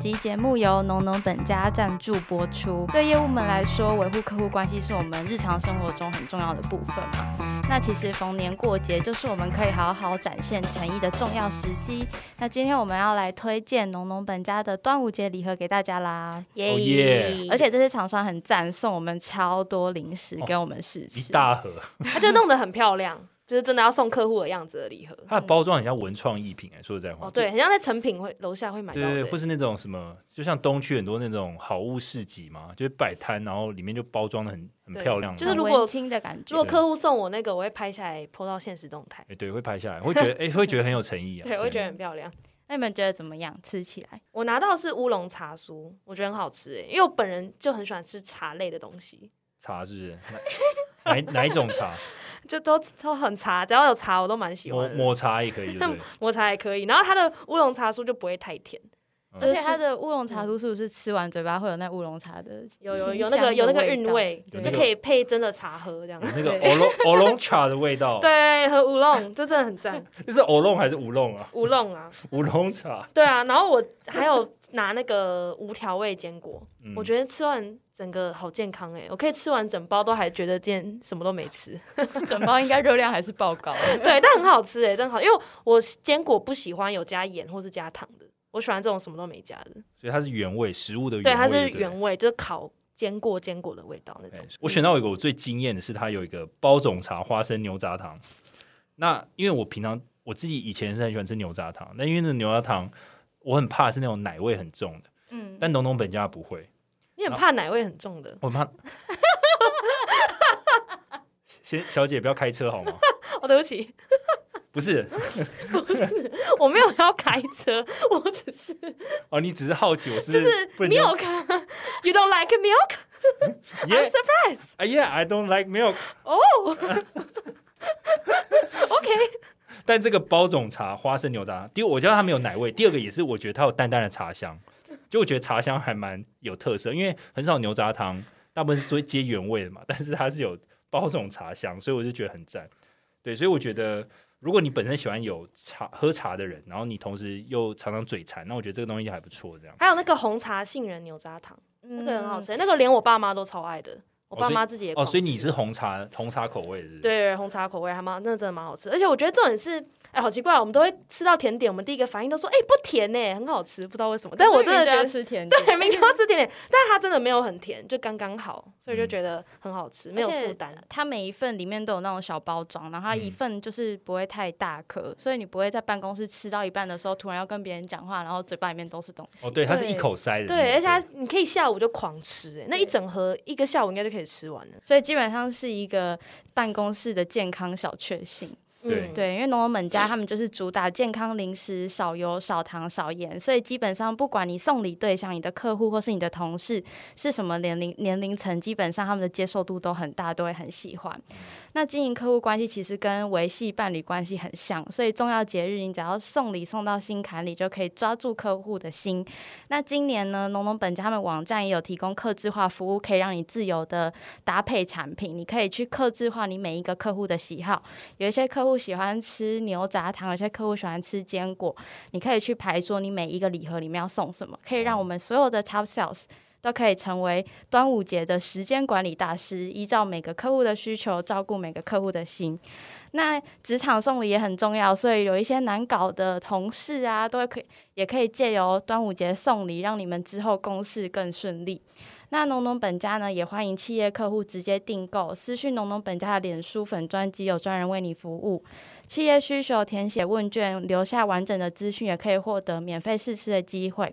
集节目由农农本家赞助播出。对业务们来说，维护客户关系是我们日常生活中很重要的部分嘛。那其实逢年过节就是我们可以好好展现诚意的重要时机。那今天我们要来推荐农农本家的端午节礼盒给大家啦。耶、哦耶而且这些厂商很赞，送我们超多零食哦给我们试吃。一大盒，它就弄得很漂亮，就是真的要送客户的样子的礼盒。它的包装很像文创艺品哎、说实在话，嗯哦，对，很像在成品会楼下会买到对的对，对，或是那种什么，就像东区很多那种好物市集嘛，就是摆摊，然后里面就包装的很很对漂亮，就是很如果文青的感如觉。嗯果客户送我那个，我会拍下来 po 到现实动态。哎对，会拍下来，会觉得哎、会觉得很有诚意 啊，对，我会觉得很漂亮。那你们觉得怎么样？吃起来？我拿到的是乌龙茶酥，我觉得很好吃欸诶，因为我本人就很喜欢吃茶类的东西，茶是不是？哪哪哪一种茶？就都都很茶，只要有茶我都蛮喜抹欢的。抹茶也可 以，就是抹茶也可以，然后它的乌龙茶酥就不会太甜，嗯而且它的乌龙茶酥是不是吃完嘴巴会有那乌龙茶的 有有清有那个香有那个味韵道？味，有就那个可以配真的茶喝这样。那个哦欧龙欧龙茶的味道，对，和乌龙就真的很赞，这是欧龙还是乌龙啊？ 乌龙啊，乌龙茶，对啊，然后我还有拿那个无调味坚果，嗯我觉得吃完整个好健康哎、我可以吃完整包都还觉得今天什么都没 吃，整包应该热量还是爆高。对，但很好吃哎、真好，因为我坚果不喜欢有加盐或是加糖的，我喜欢这种什么都没加的，所以它是原味食物的原味，对，它是对不对原味，就是烤坚果坚果的味道那种嗯哎。我选到一个我最惊艳的是，它有一个包种茶花生牛轧糖。那因为我平常我自己以前是很喜欢吃牛轧糖，但因为那牛轧糖我很怕是那种奶味很重的，嗯，但农农本家不会，你很怕奶味很重的，我很怕。先小姐不要开车好吗？哦，对不起，不是我没有要开车，我只是哦，你只是好奇我是不就是啊不能 milk，you don't like milk，I'm 用 Yeah, surprised，OK，、啊 yeah, I don't like milk。但这个包种茶花生牛杂，第一我觉得它没有奶味，第二个也是我觉得它有淡淡的茶香，就我觉得茶香还蛮有特色，因为很少牛杂汤，大部分是会接原味的嘛，但是它是有包种茶香，所以我就觉得很赞。对，所以我觉得如果你本身喜欢有茶喝茶的人，然后你同时又常常嘴馋，那我觉得这个东西还不错。这样，还有那个红茶杏仁牛轧糖。那那个嗯很好。吃，那个连我爸妈都超爱的，我哦爸所以妈自己也哦，狂所以你吃是红茶红茶口味是不是？，对红茶口味还蛮，那真的蛮好吃。而且我觉得重点是，哎，好奇怪，我们都会吃到甜点，我们第一个反应都说，哎，不甜呢，很好吃，不知道为什么。但我真明的明就觉要得。吃甜点，对， 明天要吃甜点，但它真的没有很甜，就刚刚好，所以嗯就觉得很好吃，没有负担。它每一份里面都有那种小包装，然后它嗯一份就是不会太大颗，所以你不会在办公室吃到一半的时候突然要跟别人讲话，然后嘴巴里面都是东西。哦，对，它是对一口塞的那个，对，而且它你可以下午就狂吃，哎，那一整盒一个下午应该就可以吃完了。所以基本上是一个办公室的健康小确幸。对嗯，对，因为农友们家他们就是主打健康零食，少油、少糖、少盐，所以基本上不管你送礼对象、你的客户或是你的同事是什么年龄年龄层，基本上他们的接受度都很大，都会很喜欢。那经营客户关系其实跟维系伴侣关系很像，所以重要节日你只要送礼送到心坎里，就可以抓住客户的心。那今年呢，农农本家他们网站也有提供客制化服务，可以让你自由的搭配产品，你可以去客制化你每一个客户的喜好。有一些客户喜欢吃牛轧糖，有些客户喜欢吃坚果，你可以去排说你每一个礼盒里面要送什么，可以让我们所有的 top sales 都可以成为端午节的时间管理大师，依照每个客户的需求，照顾每个客户的心。那职场送礼也很重要，所以有一些难搞的同事啊，都会可以也可以借由端午节送礼，让你们之后共事更顺利。那农农本家呢，也欢迎企业客户直接订购，私讯农农本家的脸书粉专辑，有专人为你服务。企业需求填写问卷，留下完整的资讯，也可以获得免费试吃的机会。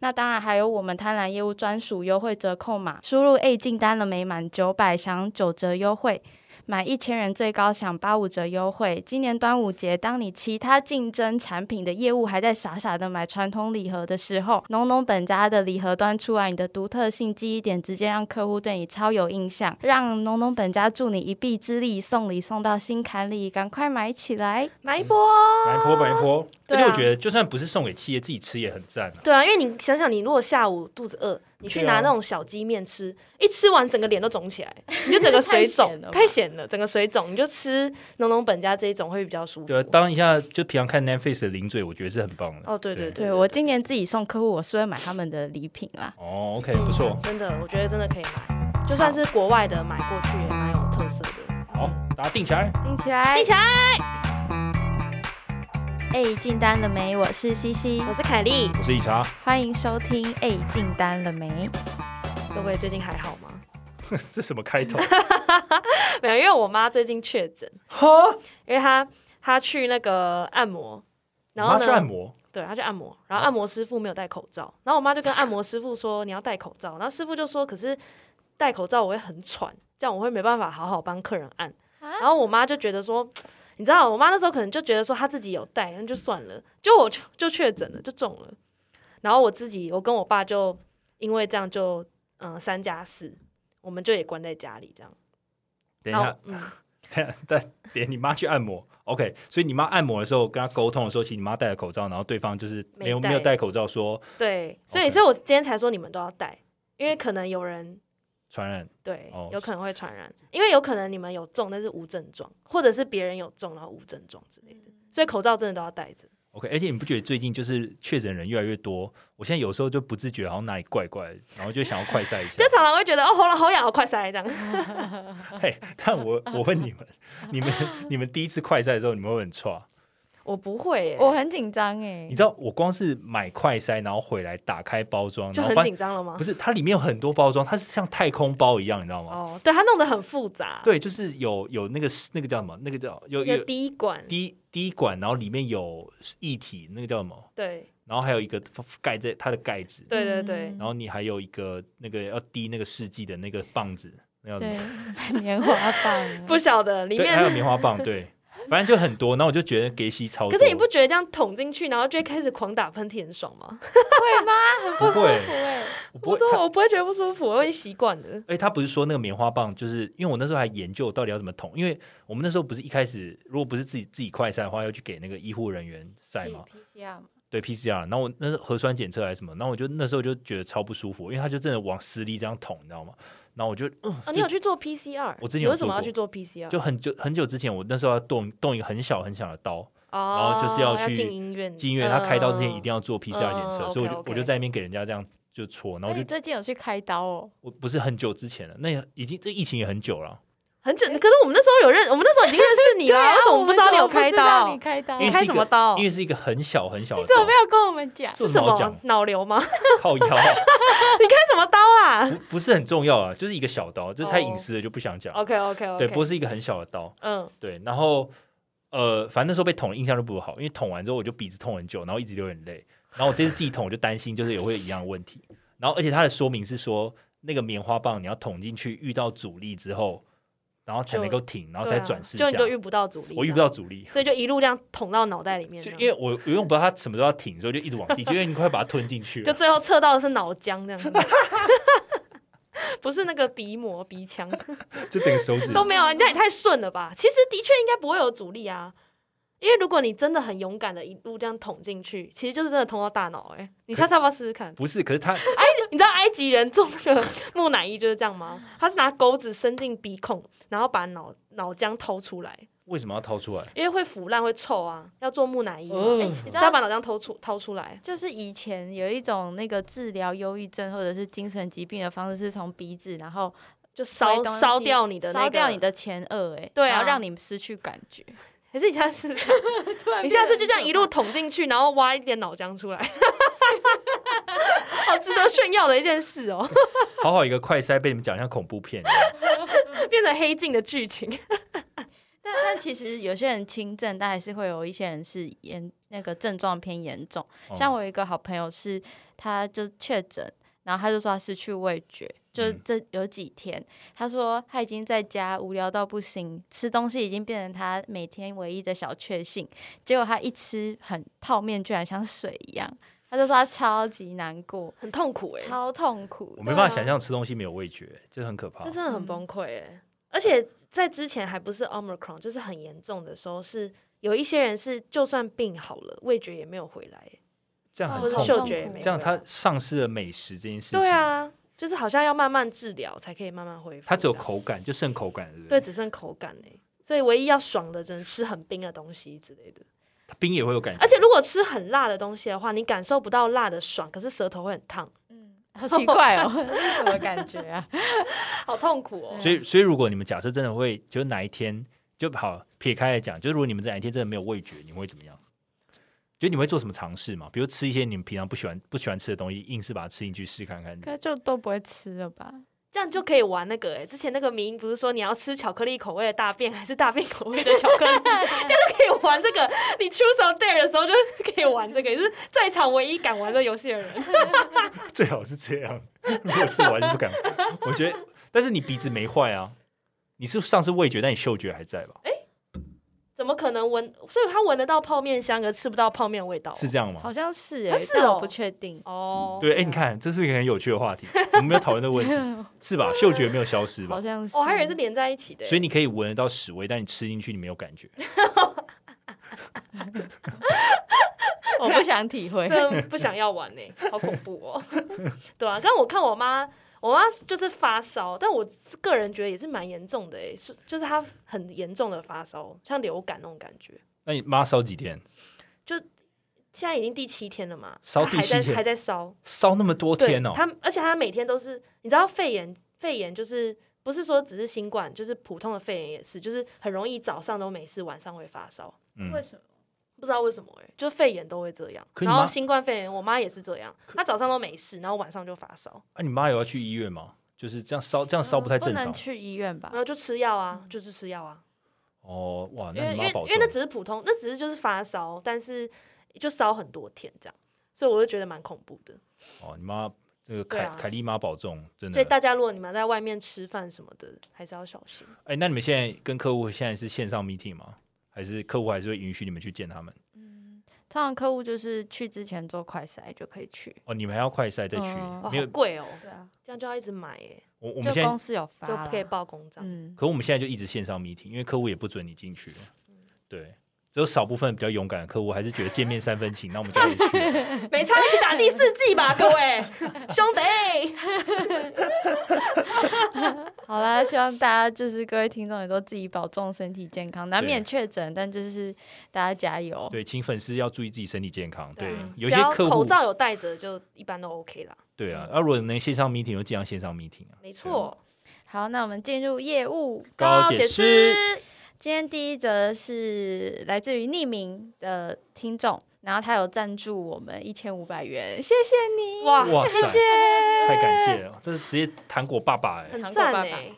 那当然还有我们贪婪业务专属优惠折扣码，输入 A 进单了没满九百享九折优惠，买一千元最高享八五折优惠。今年端午节，当你其他竞争产品的业务还在傻傻的买传统礼盒的时候，农农本家的礼盒端出来，你的独特性记忆点直接让客户对你超有印象，让农农本家助你一臂之力，送礼送到心坎里，赶快买起来！买一波，哦白坡白坡，而对且我啊觉得就算不是送给企业，自己吃也很赞啊。对啊，因为你想想，你如果下午肚子饿，你去对啊拿那种小鸡面吃，一吃完整个脸都肿起来，你就 整个水太肿咸了，吧太咸了，整个水肿，你就吃浓浓本家这一种会比较舒服对啊，。当一下就平常看 Netflix 的零嘴，我觉得是很棒的。哦，对对对对我今年自己送客户，我是会买他们的礼品啦。哦，OK，不错嗯，真的，我觉得真的可以买，就算是国外的买过去也蛮有特色的。好，大家定起来。听起来，听起来。哎，进单了没？我是西西我，是凯莉，我是以茶， 欢迎收听。哎，进单了没？各位最近还好吗？ 这什么 开头？没有，因为我妈最近确诊，因为她她去那个按摩，然后你妈去按呢，摩，对，她去按摩，然后按摩师傅没有戴口罩，然后我妈就跟按摩师傅说你要戴口罩，然后师傅就说可是戴口罩我会很喘，这样我会没办法好好帮客人按，啊然后我妈就觉得说。你知道，我妈那时候可能就觉得说她自己有戴，那就算了。就我就就确诊了，就中了。然后我自己，我跟我爸就因为这样就嗯三加四，我们就也关在家里这样。等一然后下，嗯，等一下，但连你妈去按摩，OK，所以你妈按摩的时候跟她沟通的时候，其实你妈戴了口罩，然后对方就是没有没戴没有戴口罩，说 对，所以 OK 所以我今天才说你们都要戴，因为可能有人传染，对、哦有可能会传染，因为有可能你们有中但是无症状，或者是别人有中然后无症状之类的，所以口罩真的都要戴着。 OK，而且你不觉得最近就是确诊人越来越多？我现在有时候就不自觉，好像哪里怪怪的，然后 就想要快筛一下就。常常会觉得哦喉咙好痒，我快塞这样。嘿，但我我问你们，你们你们第一次快筛的时候，你们会很差？ 我不会耶、我哦很紧张哎你，知道我光是买快筛，然后回来打开包装，就然后很发现紧张了吗不？是它里面有很多包装，它是像太空包一样，你知道吗？哦，对，它弄得很复杂。，对，就是有有那个那个叫什么？那个叫有有有滴管，滴滴管，然后里面有液体，那个叫什么？对然后还有一个盖在它的盖子，对对对，嗯然后你还有一个那个要滴那个试剂的那个棒子，那叫什么对，棉花棒， 不晓得里对，还有面。棉花棒， 对，反正就很多。然后我就觉得给洗超多，可是你不觉得这样捅进去，然后就会开始狂打喷嚏，很爽吗？ 会吗？很不舒不会服哎。我不我会都他。我不会觉得不舒服，我已经习惯了。哎，他不是说那个棉花棒，就是因为我那时候还研究到底要怎么捅，因为我们那时候不是一开始，如果不是自己自己快筛的话，要去给那个医护人员筛嘛， PCR 嘛对 PCR。然后我那时候核酸检测还是什么，然后我就那时候就觉得超不舒服，因为他就真的往死里这样捅，你知道吗？然后我就嗯，哦，你有去做 PCR？我之前你有为什做么要过去做 PCR？就很久很久之前，我那时候要动动一个很小很小的刀，哦，后就是要去进医院，嗯进医院他开刀之前一定要要做 PCR 检测，嗯所以我 OK，OK 就哎我就在那边给人家这样就戳，然那后我就你最近有去开刀哦？我不是很久之前了，那也已经这疫情也很久了，很久。可是我们那时候有认，我们那时候已经认识 你了，啊为什么我不们知道怎你有么不开知道刀你？开刀，因为你是开一什个么刀因为是一个很小很小的怎么刀没，有跟我们讲？是这什怎么么讲脑瘤 吗？靠腰啊开什么刀 啊不不是很重要啊，就是一个小刀，这太哦隐私了就不想讲。 ？OK OK OK，对，不过是一个很小的刀，嗯，对，然后呃，反正那时候被捅的印象就不好，因为捅完之后我就鼻子痛很久，然后一直流眼泪，然后我这次自己捅我就担心就是也会有一样的问题，然后而且它的说明是说那个棉花棒你要捅进去遇到阻力之后，然后才就能够停，然后对才啊转四下就，你就遇不到阻力，我遇不到，阻力。所以就一路这样捅到脑袋里面就这样，因为我我用不到它什么时候要停，所以我就一直往进去，因为你快把它吞进去就了。最后测到的是脑浆这 样子。不是那个鼻膜、鼻腔就整个手指都没有，啊，那也太顺了吧？其实的确应该不会有阻力啊，因为如果你真的很勇敢的一路这样捅进去，其实就是真的捅到大脑。哎，你下次要不要试试看？不是，可是它你知道埃及人种那个 木乃伊就是这样吗？他是拿钩子伸进鼻孔，然后把脑脑浆偷出来，为什么要掏出来？因为会腐烂会臭啊，要做木乃伊嘛，哦欸你知所以要道把脑浆偷出掏出来。就是以前有一种那个治疗忧郁症或者是精神疾病的方式，是从鼻子然后就烧东西烧掉你的那个，烧掉你，的前额，哎，对啊然后让你失去感 觉。还是你下次， 啊你下次就这样一路捅进去，然后挖一点脑浆出来， 好值得炫耀的一件事哦， 好好一个快塞被你们讲像恐怖片一样，变成黑镜的剧情。但但其实有些人轻症，但还是会有一些人是严那个症状偏严重。哦像我有一个好朋友是，他就确诊，然后他就说他失去味觉，就是嗯这有几天，他说他已经在家无聊到不行，吃东西已经变成他每天唯一的小确幸。结果他一吃很泡面，居然像水一样，他就说他超级难过，很痛苦哎、超痛欸苦的。我没啊办法想象吃东西没有味觉，这很可怕这。真的欸很崩溃哎、而且在之前还不是 Omicron，就是很严重的时候，是有一些人是就算病好了，味觉也没有回来，这样或很哦者是啊痛嗅苦。觉也没有回来。这样他丧失了美食这件事情。对，啊，就是好像要慢慢治疗才可以慢慢恢复。他只有这样口感，就剩口感了。对，，只剩口感嘞、所以唯一要爽的，只能吃很冰的东西之类的。它冰也会有感觉。而且如果吃很辣的东西的话，你感受不到辣的爽，可是舌头会很烫，嗯，好奇怪哦， 这是什么感觉 啊？ 好痛苦哦。所以，所以如果你们假设真的会，就哪一天就好撇开来讲，就如果你们在哪一天真的没有味觉，你们会怎么样？就你们会做什么尝试吗？比如吃一些你们平常不喜欢不喜欢吃的东西，硬是把它吃进去试看看。可就都不会吃了 吧？这样就可以玩那个哎、之前那个名不是说你要吃巧克力口味的大便，还是大便口味的巧克力？这样就可以玩这个。你 choose or dare 的时候，就是可以玩这个，也是在场唯一敢玩这游戏的人。 最好是这样。如果是我还是不敢。 我觉得，但是你鼻子没坏啊，你是上次味觉，但你嗅觉还在吧？哎怎么可能闻？所以他闻得到泡面香，可是吃不到泡面的味道哦、是这样吗？好像是啊哎、是但哦我不确定。哦。对，哎、你看，这是一个很有趣的话题，我们没有讨论这个 问题，是吧？嗅觉没有消失吧好？像是。哦，还有人是连在一起的欸，所以你可以闻得到屎味，但你吃进去你没有感 觉。我不想体 会。真不想要玩呢、好恐怖哦。 对啊，刚我看我妈，我妈就是发烧，但我是个人觉得也是蛮严重的哎、是就是她很严重的发烧，像流感那种感觉。那你妈烧几天？现在已经第七天了嘛，烧她第还七在天还在烧，烧那么多对天哦，她而且她每天都是，你知道肺炎，肺炎就是不是说只是新冠，就是普通的肺炎也是，就是很容易早上都没事，晚上会发烧。嗯，什么？不知道为什么哎、就肺炎都会这样，可你然后妈新冠肺炎，我妈也是这样，她早上都没事，然后晚上就发烧。啊，你妈有要去医院吗？就是这样呃烧，这样烧不太正不常能。去医院吧然？后就吃药啊，就是吃药啊，哦，哇，因嗯那为你因妈为保因为重那。只是普通，那只是就是发烧，但是就烧很多天这样，所以我就觉得蛮恐怖的。哦，你妈这个对凯啊凯莉妈保重，真所以的。大家如果你们在外面吃饭什么的，还是要小心。哎，那你们现在跟客户现在是线上 meeting 吗？还是客户还是会允许你们去见他们？嗯，通常客户就是去之前做快筛就可以去。哦，你们还要快筛再嗯哦，去？没好有，贵哦，对啊，这样就要一直买欸耶，我我们就现在公司有发就啦可以报公账。嗯，可我们现在就一直线上 meeting，因为客户也不准你进去了。对，只有少部分比较勇敢的客户还是觉得见面三分情，那我们就可 以去。 没差，一起打第四季吧，各 位兄弟。好啦，希望大家就是各位听众也都自己保重身体健康，难对啊免确诊，但就是大家加油。对，请粉丝要注意自己身体健康。对啊，有一只些要客户口罩有戴着，就一般都 OK 啦。对啊，那、如果能线上 meeting 就尽量线上 meeting 啊。没错，好，那我们进入业务。高解释，今天第一则是来自于匿名的听众，然后他有赞助我们一千五百元，谢谢你。哇，哇塞谢谢，太感谢了，这是直接糖果爸爸哎、很韩赞国爸爸哎。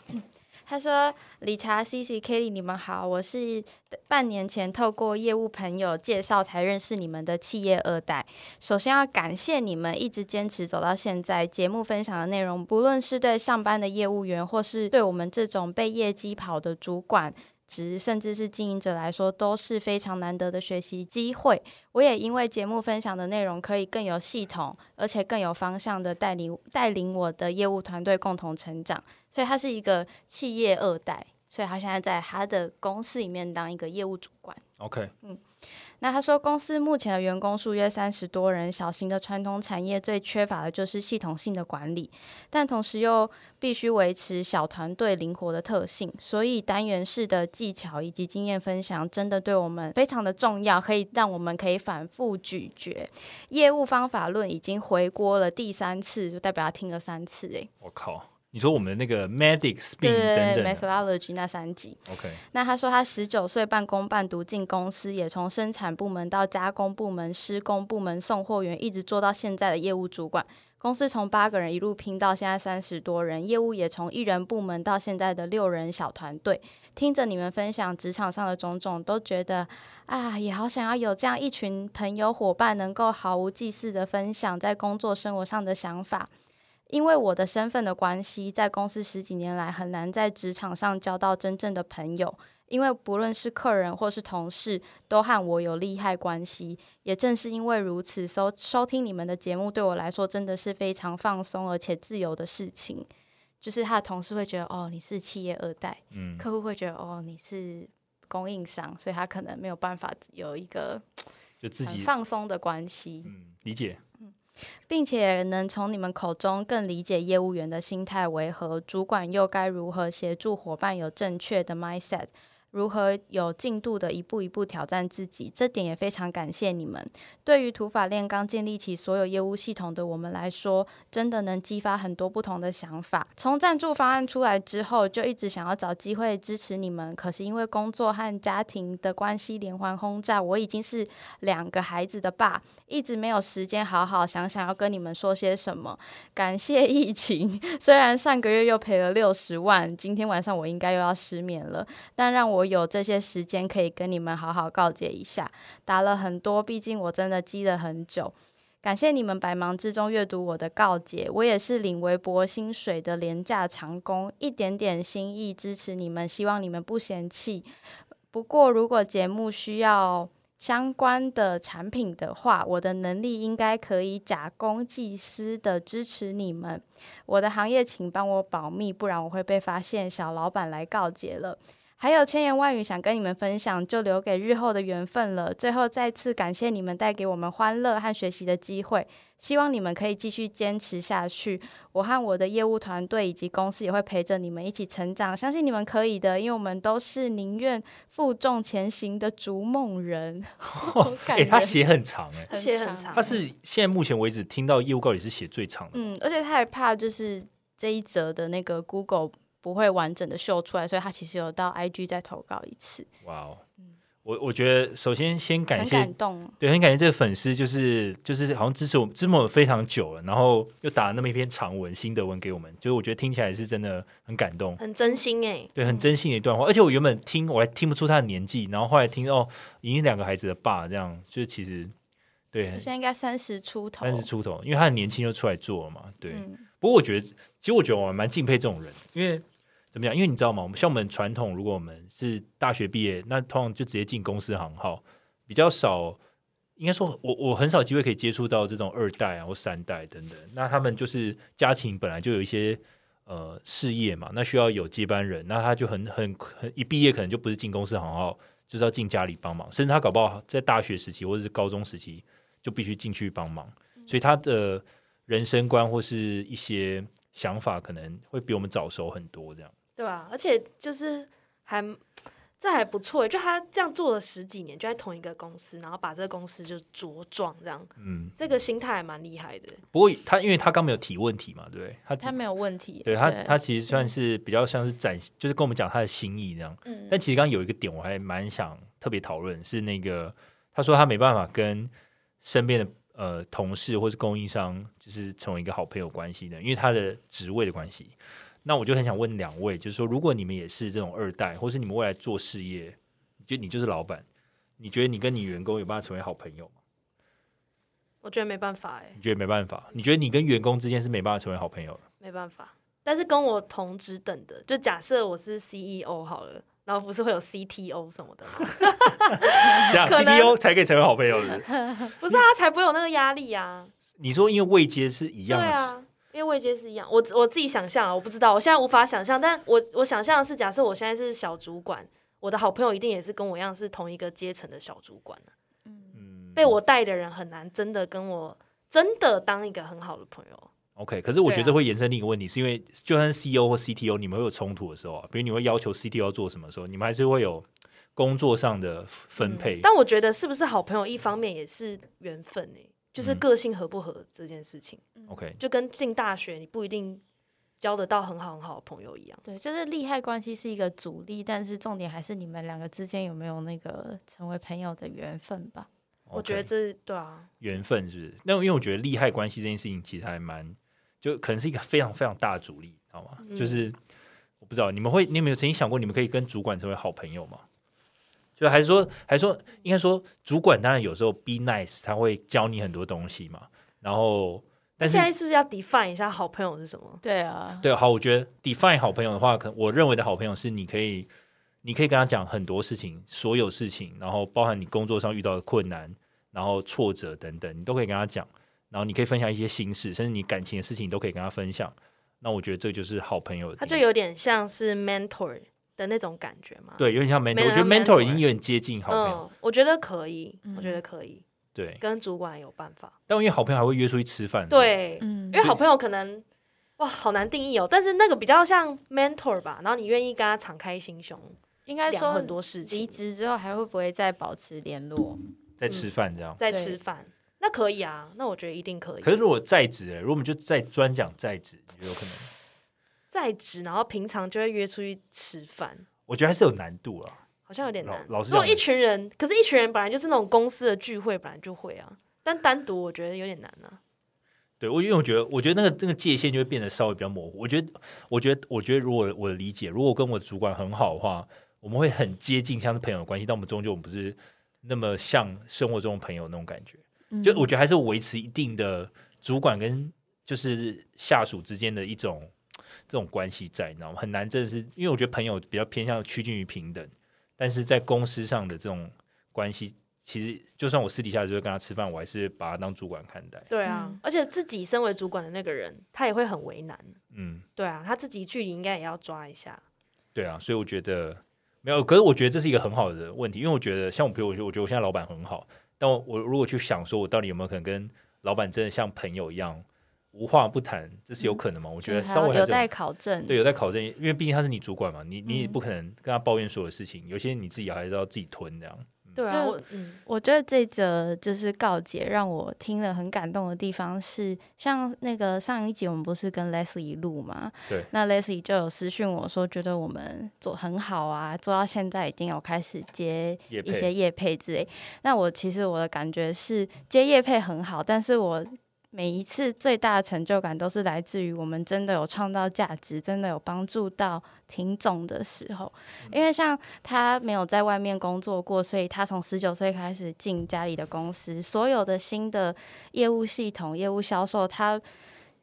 他说：“理查、C C、Kelly，你们好，我是半年前透过业务朋友介绍才认识你们的企业二代。首先要感谢你们一直坚持走到现在，节目分享的内容，不论是对上班的业务员，或是对我们这种被业绩跑的主管。”职甚至是经营者来说，都是非常难得的学习机会。我也因为节目分享的内容，可以更有系统，而且更有方向的带领带领我的业务团队共同成长。所以他是一个企业二代，所以他现在在他的公司里面当一个业务主管。 OK，那他说，公司目前的员工数约三十多人，小型的传统产业最缺乏的就是系统性的管理，但同时又必须维持小团队灵活的特性，所以单元式的技巧以及经验分享真的对我们非常的重要，可以让我们可以反复咀嚼。业务方法论已经回锅了第三次，就代表他听了三次诶、我靠，你说我们的那个 medic spin 对对等对等的，methodology 那三集。 ，OK，那他说他十九岁半工半读进公司，也从生产部门到加工部门、施工部门、送货员，一直做到现在的业务主管。公司从八个人一路拼到现在三十多人，业务也从一人部门到现在的六人小团队。听着你们分享职场上的种种，都觉得啊，也好想要有这样一群朋友伙伴，能够毫无忌惮的分享在工作生活上的想法。因为我的身份的关系，在公司十几年来很难在职场上交到真正的朋友，因为不论是客人或是同事，都和我有利害关系。也正是因为如此，收收听你们的节目对我来说真的是非常放松而且自由的事情。就是他的同事会觉得哦你是企业二代，嗯，客户会觉得哦你是供应商，所以他可能没有办法有一个就自很己放松的关系，嗯理解。并且能从你们口中更理解业务员的心态为何，主管又该如何协助伙伴有正确的 mindset。如何有进度的一步一步挑战自己，这点也非常感谢你们。对于土法炼钢建立起所有业务系统的我们来说，真的能激发很多不同的想法。从赞助方案出来之后，就一直想要找机会支持你们，可是因为工作和家庭的关系连环轰炸，我已经是两个孩子的爸，一直没有时间好好想想要跟你们说些什么。感谢疫情， 虽然上个月又赔了六十万，今天晚上我应该又要失眠了，但让我有这些时间可以跟你们好好告诫一下。打了很多，毕竟我真的积了很久。感谢你们百忙之中阅读我的告解，我也是领微薄薪水的廉价长工，一点点心意支持你们，希望你们不嫌弃。不过，如果节目需要相关的产品的话，我的能力应该可以假公济私的支持你们。我的行业请帮我保密，不然我会被发现小老板来告捷了。还有千言万语想跟你们分享，就留给日后的缘分了。最后再次感谢你们带给我们欢乐和学习的机会，希望你们可以继续坚持下去。我和我的业务团队以及公司也会陪着你们一起成长，相信你们可以的，因为我们都是宁愿负重前行的逐梦人。好感哎、人他写很长哎、很写很啊长长他是现在目前为止听到业务告解是写最长的。嗯，而且他还怕就是这一则的那个 Google 不会完整的秀出来，所以他其实有到 IG 再投稿一次，哇哦，我我觉得首先先嗯感很谢感动。对，很感谢这个粉丝，就是就是好像支持我们支持我们非常久了，然后又打了那么一篇长文心得文给我们，就是我觉得听起来是真的很感嗯动，很真心哎，对，很真心的一段话。而且我原本听我还听不出他的年纪，然后后来听到、哦、已经两个孩子的爸，这样就是其实对我现在应该三十出头，三十出头，因为他很年轻就出来做了嘛，对。嗯不过我觉得，其实我觉得我还蛮敬佩这种人，因为怎么讲？因为你知道吗？我们像我们传统，如果我们是大学毕业，那通常就直接进公司行号，比较少。应该说我，我很少机会可以接触到这种二代啊或三代等等。那他们就是家庭本来就有一些呃事业嘛，那需要有接班人，那他就很很很一毕业可能就不是进公司行号，就是要进家里帮忙，甚至他搞不好在大学时期或者是高中时期就必须进去帮忙，所以他的人生观或是一些想法，可能会比我们早熟很多。这样，对吧、而且就是还这还不错欸，就他这样做了十几年，就在同一个公司，然后把这个公司就茁壮这样，嗯，这个心态还蛮厉害的。不过他因为他刚没有提问题嘛，对不对？他只他没有问题。对他他其实算是比较像是展，就是跟我们讲他的心意这样。嗯但其实刚刚有一个点我还蛮想特别讨论，是那个他说他没办法跟身边的呃同事或是供应商就是成为一个好朋友关系的，因为他的职位的关系。那我就很想问两位，就是说，如果你们也是这种二代，或是你们未来做事业，就你就是老板，你觉得你跟你员工有办法成为好朋友吗？我觉得没办法哎你，觉得没办法？你觉得你跟员工之间是没办法成为好朋友的？没办法。但是跟我同职等的，就假设我是 CEO 好了，然后不是会有 CTO 什么的吗， 这样可能 CTO 才可以成为好朋友的。 不是啊他才不会有那个压力呀、你说，因为位阶是对一样的，啊，因为位阶是一样，我我自己想象啊，我不知道，我现在无法想象，但我我想象的是，假设我现在是小主管，我的好朋友一定也是跟我一样是同一个阶层的小主管啊、嗯被我带的人很难真的跟我真的当一个很好的朋友。 OK，可是我觉对得啊这会延伸另一个问题，是因为就算 CEO 或 CTO，你们会有冲突的时候啊，比如你会要求 CTO 做什么的时候，你们还是会有工作上的分配。嗯但我觉得是不是好朋友，一方面也是缘分诶、就是嗯个性合不合这件事情， OK，就跟进大学你不一定交得到很好很好的朋友一样。对，就是利害关系是一个阻力，但是重点还是你们两个之间有没有那个成为朋友的缘分吧。我觉得 OK，这对啊，缘分是不是？那因为我觉得利害关系这件事情其实还蛮，就可能是一个非常非常大的阻力，知道吗？嗯就是我不知道你们会，你有没有曾经想过，你们可以跟主管成为好朋友吗？就还是说，还是说，应该说，主管当然有时候 be nice，他会教你很多东西嘛，然后但是现在是不是要 define 一下好朋友是什么？对啊，对，好，我觉得 define 好朋友的话，可我认为的好朋友是你可以，你可以跟他讲很多事情，所有事情，然后包含你工作上遇到的困难，然后挫折等等，你都可以跟他讲，然后你可以分享一些心事，甚至你感情的事情，你都可以跟他分享。那我觉得这就是好朋友的定义。他就有点像是 mentor 的那种感觉嘛。，对，有点像 mentor，没我觉得 mentor mentor 已经有点接近好朋友。嗯，我觉得可以，我觉嗯得可以，对，跟主管有办法。但因为好朋友还会约出去吃饭。，对，嗯因为好朋友可能哇好难定义哦，但是那个比较像 mentor 吧，然后你愿意跟他敞开心胸，应该聊说很多事离情，职之后还会不会再保持联络？在吃饭这样。在对吃饭，那可以啊，那我觉得一定可以。可是如果在职欸，如果我们就再专讲在职，你觉得有可能？在职，然后平常就会约出去吃饭，我觉得还是有难度啊。好像有点难。老老实如果讲一群人，可是一群人本来就是那种公司的聚会，本来就会啊，但单独我觉得有点难啊。对我，因为我觉得，我觉得那个那个界限就会变得稍微比较模糊。我觉得，我觉得，我觉得，如果我的理解，如果我跟我的主管很好的话，我们会很接近，像是朋友的关系，但我们终究我们不是那么像生活中的朋友那种感觉。嗯就嗯我觉得还是维持一定的主管跟就是下属之间的一种这种关系在，你知道吗？很难真的是，因为我觉得朋友比较偏向趋近于平等，但是在公司上的这种关系，其实就算我私底下就会跟他吃饭，我还是把他当主管看待。对啊，嗯而且自己身为主管的那个人，他也会很为难。嗯，对啊，他自己距离应该也要抓一下。对啊，所以我觉得没有，可是我觉得这是一个很好的问题，因为我觉得像我朋友，我觉得我觉得我现在老板很好，但我我如果去想说，我到底有没有可能跟老板真的像朋友一样无话不谈，这是有可能吗？我觉得嗯还稍要微还是有有待考证。对，有在考证，因为毕竟他是你主管嘛，你你也嗯不可能跟他抱怨所有事情，有些你自己还是要自己吞这样。对啊，就我嗯，我觉得这则就是告解，让我听了很感动的地方是，像那个上一集我们不是跟 Leslie 录嘛？对那 Leslie 就有私讯我说，觉得我们做很好啊，做到现在已经有开始接也一些配业配之类。那我其实我的感觉是接业配很好，但是我每一次最大的成就感都是来自于我们真的有创造价值，真的有帮助到听众的时候。因为像他没有在外面工作过，所以他从十九岁开始进家里的公司，所有的新的业务系统、业务销售，他。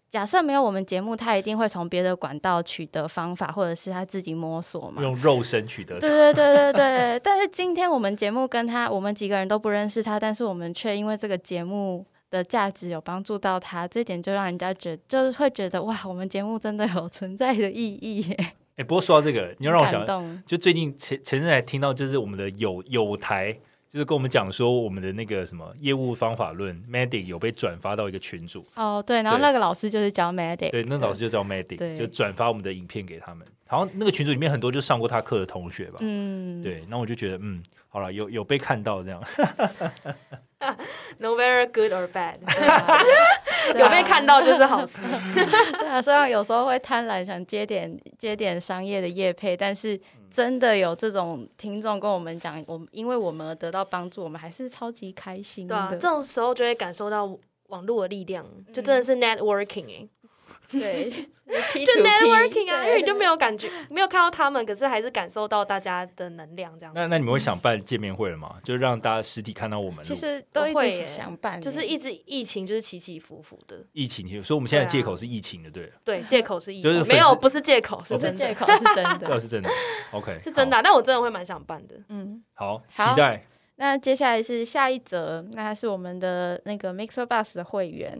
假设没有我们节目，他一定会从别的管道取得方法，或者是他自己摸索嘛。用肉身取得，对对对对对， 但是今天我们节目跟他，我们几个人都不认识他，但是我们却因为这个节目的价值有帮助到他，这点就让人家觉就是会觉得哇，我们节目真的有存在的意义耶，哎，不过说到这个，你又让我感想，动。就最近前前阵还听到，就是我们的友友台，就是跟我们讲说我们的那个什么业务方法论 Medic 有被转发到一个群组，哦，对，然后对那个老师就是教 Medic，对，那老师就叫 Medic，对就转发我们的影片给他们，好像那个群组里面很多就上过他课的同学吧，嗯，，对，那我就觉得嗯，好了，有有被看到这样， No very good or bad， 啊、有被看到就是好 事。到。对啊，虽然有时候会贪婪想接点接点商业的业配，但是嗯真的有这种听众跟我们讲，我们因为我们而得到帮助，我们还是超级开心对啊，的这。种时候就会感受到网络的力量，就真的是 networking 哎、对，就就 networking 啊，因为你就没有有感觉，没有看到他们，可是还是感受到大家的能量这样那子。那你们会想办见面会了吗？就让大家实体看到我们录，其实都一我会直耶想办耶，就是一直疫情就是起起伏伏的，疫情，所以我们现在的对啊借口是疫情的，对了，对，借口是疫就是情，粉丝哦没有不是借口，是不是真借的，口，是真 这的。是真的。OK，是真的啊、但我真的会蛮想办的。嗯，好。好，好期待。那接下来是下一则，那他是我们的那个 Mixer Bus 的会员，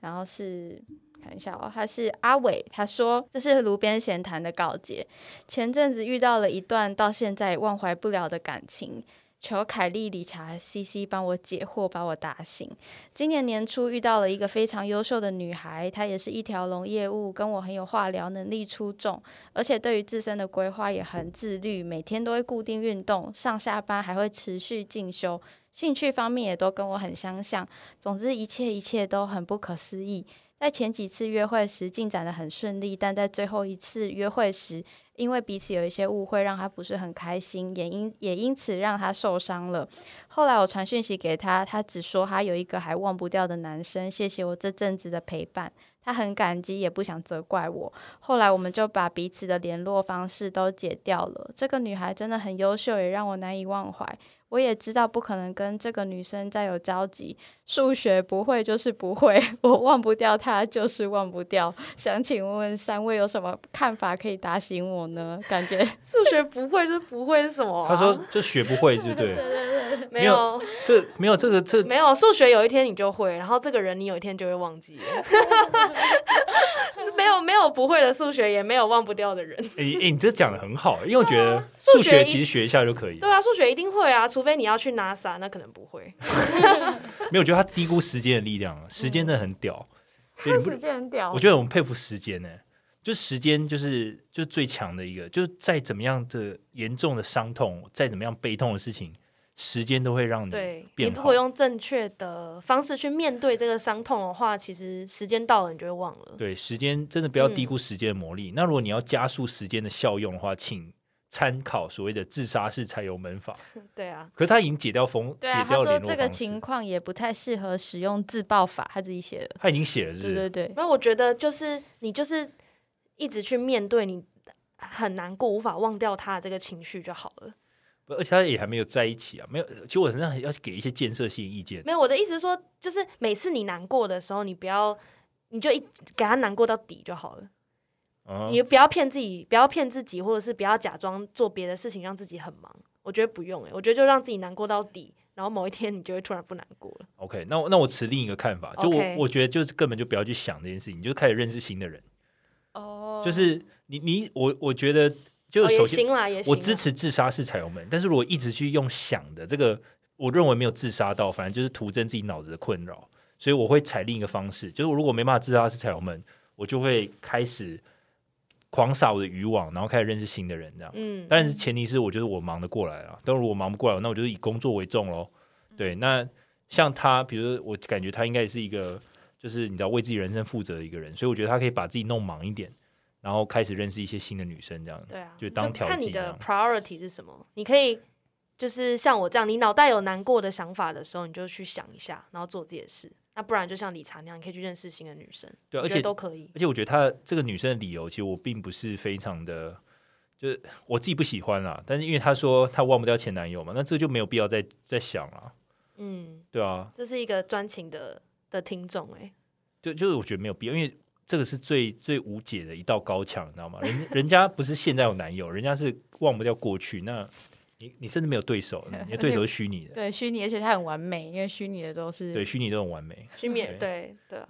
然后是。看一下哦，他是阿伟，他说这是炉边闲谈的告诫。前阵子遇到了一段到现在也忘怀不了的感情，求凯莉、理查、C C 帮我解惑，把我打醒。今年年初遇到了一个非常优秀的女孩，她也是一条龙业务，跟我很有话聊，能力出众，而且对于自身的规划也很自律，每天都会固定运动，上下班还会持续进修，兴趣方面也都跟我很相像。总之，一切一切都很不可思议。在前几次约会时进展的很顺利，但在最后一次约会时，因为彼此有一些误会，让他不是很开心，也因也因此让他受伤了。后来我传讯息给他，他只说他有一个还忘不掉的男生，谢谢我这阵子的陪伴，他很感激，也不想责怪我。后来我们就把彼此的联络方式都解掉了。这个女孩真的很优秀，也让我难以忘怀。我也知道不可能跟这个女生再有交集，数学不会就是不会， 我忘不掉她就是忘不掉。想请问问三位有什么看法可以打醒我呢？感 觉数学不会就是不会是什么啊、他说就学不会，对不对？没有这没有这个这没有数学有一天你就会，然后这个人你有一天就会忘记了。 没有没有不会的数学，也没有忘不掉的人。诶、诶你这讲的很好，因为我觉啊得数数学学一其实学一下就可以了对。啊，数学一定会啊，除非你要去 NASA，那可能不会。嗯没有，我觉得他低估时间的力量了，时间真的很屌。嗯对这你不时间很屌我。觉得我们佩服时间呢、就是时间就是就是最强的一个，就是再怎么样的严重的伤痛，再怎么样悲痛的事情，时间都会让你对你变如好果用正确的方式去面对这个伤痛的话，其实时间到了你就会忘了。对时间真的不要嗯低估时间的魔力。那如果你要加速时间的效用的话，请参考所谓的自杀式柴油门法。对啊，可是他已经解掉封，对啊，解他掉说联络这个方式情况也不太适合使用自爆法，他自己写的。他已经写了是不对是，对对，没有，我觉得就是你就是一直去面对你很难过、无法忘掉他的这个情绪就好了。不而且他也还没有在一起啊，没有。其实我身上要给一些建设性意见，没有，我的意思是说，就是每次你难过的时候，你不要，你就一给他难过到底就好了。嗯你不要骗自己，不要骗自己，或者是不要假装做别的事情让自己很忙。我觉得不用诶、欸我觉得就让自己难过到底，然后某一天你就会突然不难过了。 OK，那我那我持另一个看法，就我 OK 我觉得就是根本就不要去想这件事情，你就开始认识新的人。哦就是你你我我觉得就哦，首也先、行啦，也行我啦。支持自杀式彩虹门，但是如果一直去用想的这个，我认为没有自杀到，反正就是徒增自己脑子的困扰。所以我会采另一个方式，就是我如果没办法自杀式彩虹门，我就会开始狂撒我的渔网，然后开始认识新的人这样。嗯，但是前提是我觉得我忙得过来啊，但如果我忙不过来，那我就是以工作为重喽。嗯对，那像他，比如说我感觉他应该也是一个，就是你知道为自己人生负责的一个人，所以我觉得他可以把自己弄忙一点，然后开始认识一些新的女生，这样。对啊，就当调看剂你这的样 priority 是什么，你可以就是像我这样，你脑袋有难过的想法的时候，你就去想一下，然后做自己的事。那不然就像理查那样，你可以去认识新的女生，对，我而觉得且都可以。而且我觉得他这个女生的理由，其实我并不是非常的，就是我自己不喜欢啦。但是因为她说她忘不掉前男友嘛，那这就没有必要再再想了，嗯，对啊，这是一个专情的的听众哎、就就是我觉得没有必要，因为这个是最最无解的一道高墙，你知道吗？人 人家不是现在有男友，人家是忘不掉过去，那你你甚至没有对手，你的对手是虚拟的，对虚拟，而且它很完美，因为虚拟的都对，是虚拟都很完美，去面对对对啊，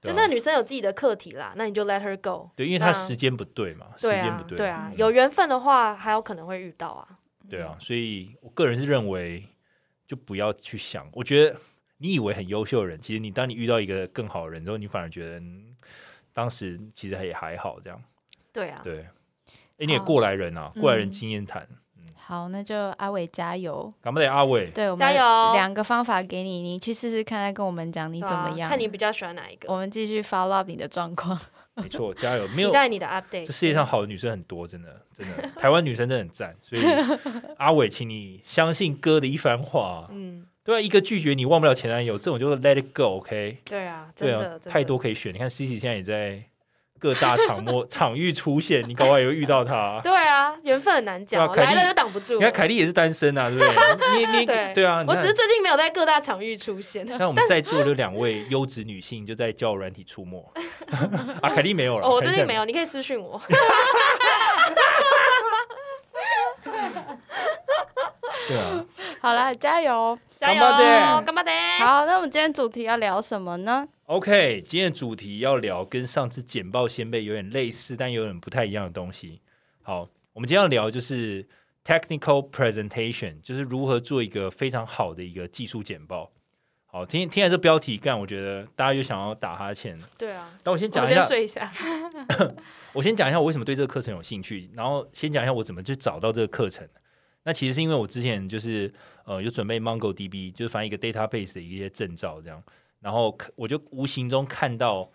对就啊那女生有自己的课题啦，那你就 let her go。对，因为他那时间不对嘛，时对间啊不，对，对啊，嗯有缘分的话还有可能会遇到啊。对啊，所以我个人是认为，就不要去想，我觉得你以为很优秀的人，其实你当你遇到一个更好的人之后，你反而觉得、嗯当时其实也还好这样，对啊，对。哎，你也好过来人啊，过来人嗯经验谈，好，那就阿伟加油。干嘛得阿伟？对，我加们油两个方法给你，你去试试看，再跟我们讲你你怎么啊样。看你比较喜欢哪一个我，们继续 follow up 你的状 况。没错，加油！哦没期有，待你的这 update。世界上好的女生很多，真的，真的，台湾女生真的很赞。 所以阿伟，请你相信哥的一番话。嗯，对啊，一个拒绝你忘不了前男友，这种就是 let it go，OK？、对啊，真对的，啊，真的太多可以选。你看 C C 现在也在各大场 末场域出现，你搞不好也会遇到他。对啊，缘分很难讲对哦，啊来凯莉了就挡不住你。看凯莉也是单身啊，对不对？你你你对对啊，你我看哦只是最近没有在各大场域出现。那我们在座的两位优质女性就在交友软体出没 啊，凯莉没有了，哦，我凯最近莉现在没有，你可以私讯我。对啊，好啦，加油！加油 干巴爹，干巴爹！好，那我们今天主题要聊什么呢？ OK，今天的主题要聊跟上次简报先辈有点类似，但有点不太一样的东西。好，我们今天要聊就是 technical presentation，就是如何做一个非常好的一个技术简报。好，听听了这标题干，我觉得大家就想要打哈欠。对啊，但我先讲我一下，先睡一下。我先讲一下我为什么对这个课程有兴趣，然后先讲一下我怎么去找到这个课程。那其实是因为我之前就是呃有准备 MongoDB，就是反正一个 database 的一些证照这样，然后可我就无形中看到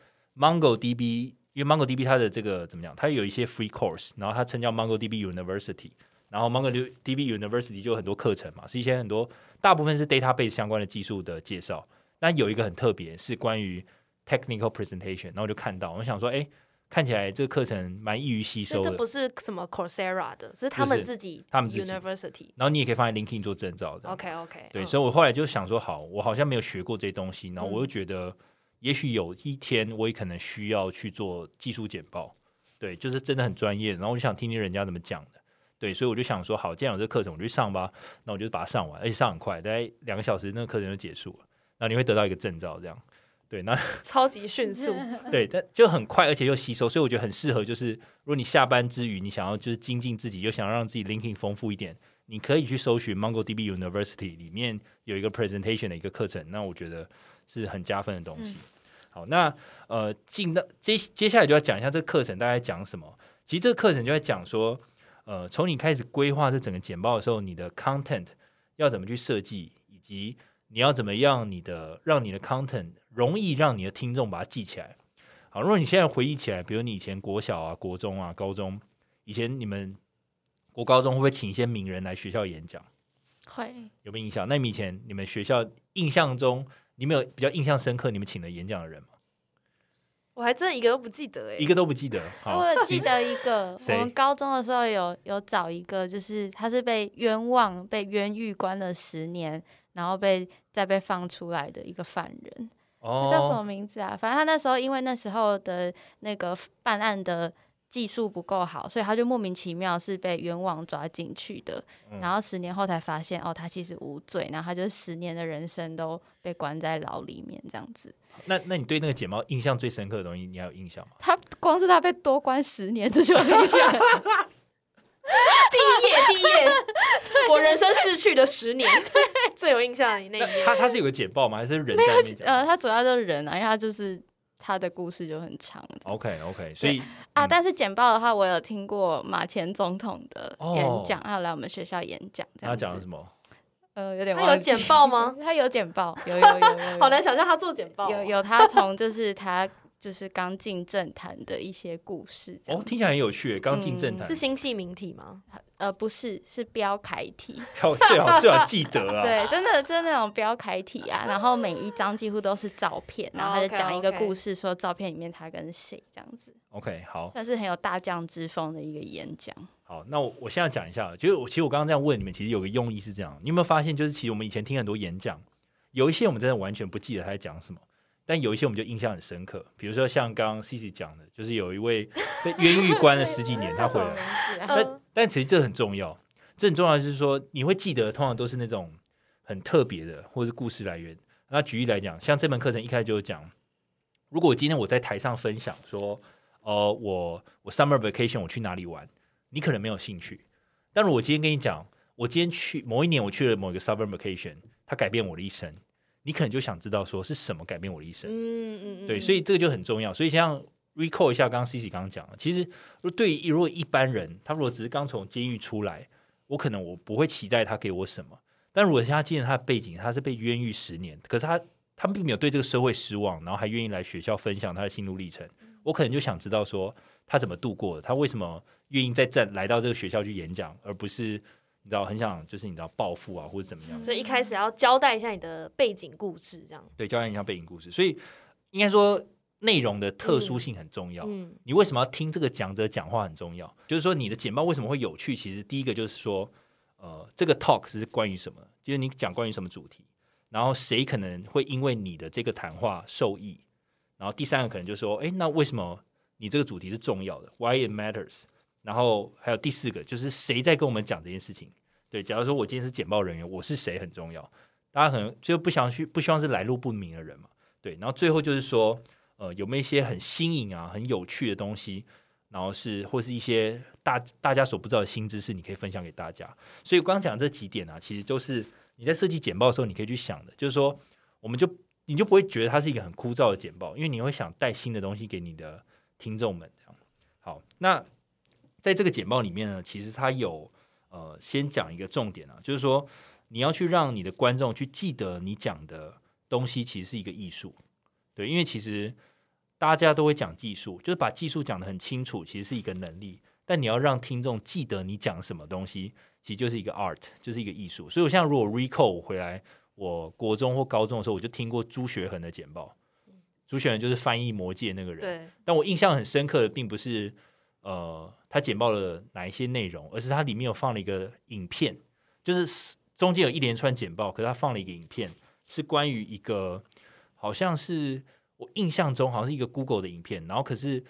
MongoDB，因为 MongoDB 它的这个怎么讲，它有一些 free course，然后它称叫 MongoDB University，然后 MongoDB University 就有很多课程嘛，是一些很多大部分是 database 相关的技术的介绍，但有一个很特别是关于 technical presentation，然后我就看到，我想说，哎，看起来这个课程蛮易于吸所收以这的不，是什么 Coursera 的，是他们自己，他们自己 University。然后你也可以放在 LinkedIn 做证照的。 OK OK。对，嗯所以我后来就想说，好，我好像没有学过这些东西，然后我又嗯觉得，也许有一天我也可能需要去做技术简报，对，就是真的很专业，然后我就想听听人家怎么讲的，对，所以我就想说，好，既然有这个课程，我就去上吧，那我就把它上完，而且上很快，大概两个小时，那个课程就结束了，然后你会得到一个证照，这样，对，那超级 迅速，对，但就很快，而且又吸收，所以我觉得很适合。就是如果你下班之余，你想要就是精进自己，又想要让自己 linking 丰富一点，你可以去搜寻 MongoDB University 里面有一个 presentation 的一个课程，那我觉得是很加分的东西。好，那呃，进到接接下来就要讲一下这个课程大概讲什么。其实这个课程就在讲说，呃，从你开始规划这整个简报的时候，你的 content 要怎么去设计，以及你要怎么样你的让你的 content 容易让你的听众把它记起来。好，如果你现在回忆起来，比如你以前国小啊、国中啊、高中，以前你们国高中会不会请一些名人来学校演讲？会有没有印象？那你们以前你们学校印象中，你们有比较印象深刻你们请的演讲的人吗？我还真的一个都不记得哎、一个都不记得。好，我有记得一 个，我谁们高中的时候有有找一个，就是他是被冤枉、被冤狱关了十年，然后被再被放出来的一个犯人。他叫什么哦，名字啊？反正他那时候因为那时候的那个办案的技术不够好，所以他就莫名其妙是被冤枉抓进去的。嗯然后十年后才发现，哦，他其实无罪，然后他就十年的人生都被关在牢里面这样子。那那你对那个简报印象最深刻的东西，你还有印象吗？他光是他被多关十年，这就有印象。第一页，第一页， 我人生逝去的十年， 最有印象的那一那页。他他是有个简报吗？还是人在那边讲？呃，他主要就是人啊，因为他就是他的故事就很长 OK OK，所以啊。嗯但是简报的话，我有听过马前总统的演讲，哦他有来我们学校演讲，这他样子讲了什么？呃，有点他有忘记简报吗？他有简报，有有有有 有好难想象他做简报哦、有有他从就是他就是刚进政坛的一些故事这哦样，子。嗯听起来很有趣，刚进政坛是，星系名体吗？呃，不是，是标楷体，要 最好最好记得啊。 对，真的就是那种标楷体啊。然后每一张几乎都是照片，然哦后他就讲一个 OK，OK 故事，说照片里面他跟谁这样子， OK，好算是很有大将之风的一个演讲。好，那我我现在讲一下，就是我其实我刚刚这样问你们，其实有个用意是这样，你有没有发现，就是其实我们以前听很多演讲，有一些我们真的完全不记得他在讲什么。但有一些我们就印象很深刻，比如说像刚刚 Cici 讲的，就是有一位被冤狱关了十几年，他回来了，啊 但嗯但其实这很重要，这很重要，就是说你会记得，通常都是那种很特别的，或是故事来源。那举例来讲，像这门课程一开始就有讲，如果今天我在台上分享说，呃，我我 summer vacation 我去哪里玩，你可能没有兴趣。但如果我今天跟你讲，我今天去某一年我去了某一个 summer vacation，它改变我的一生，你可能就想知道说是什么改变我的一生。嗯嗯嗯，对，所以这个就很重要。所以像 recall 一下刚刚 Cici 刚刚讲的，其实如果对于如果一般人，他如果只是刚从监狱出来，我可能我不会期待他给我什么。但如果他记得他的背景，他是被冤狱十年，可是他他并没有对这个社会失望，然后还愿意来学校分享他的心路历程，嗯我可能就想知道说他怎么度过的，他为什么愿意再站来到这个学校去演讲，而不是你知道很想就是你知道暴富啊或者怎么样。所以一开始要交代一下你的背景故事，这样。对，交换一下背景故事。所以应该说内容的特殊性很重要。嗯，你为什么要听这个讲者讲话很重要。就是说，你的简报为什么会有趣？其实第一个就是说，呃，这个 talk 是关于什么？就是你讲关于什么主题，然后谁可能会因为你的这个谈话受益。然后第三个可能就说，诶，那为什么你这个主题是重要的？Why it matters？然后还有第四个就是谁在跟我们讲这件事情？对，假如说我今天是简报人员，我是谁很重要。大家可能就不想去，不希望是来路不明的人嘛。对，然后最后就是说，呃，有没有一些很新颖啊、很有趣的东西，然后是或是一些大大家所不知道的新知识，你可以分享给大家。所以我刚刚讲这几点啊，其实就是你在设计简报的时候，你可以去想的，就是说，我们就你就不会觉得它是一个很枯燥的简报，因为你会想带新的东西给你的听众们。这样好，那在这个简报里面呢，其实它有呃，先讲一个重点啊，就是说你要去让你的观众去记得你讲的东西，其实是一个艺术。对，因为其实大家都会讲技术，就是把技术讲得很清楚，其实是一个能力。但你要让听众记得你讲什么东西，其实就是一个 art，就是一个艺术。所以我像如果 recall 我回来，我国中或高中的时候，我就听过朱学恒的简报。朱学恒就是翻译《魔戒》那个人，对，但我印象很深刻的并不是呃他简报了哪一些内容，而是它里面有放了一个影片，就是中间有一连串简报，可是他放了一个影片，是关于一个好像是我印象中好像是一个 Google 的影片，然后可是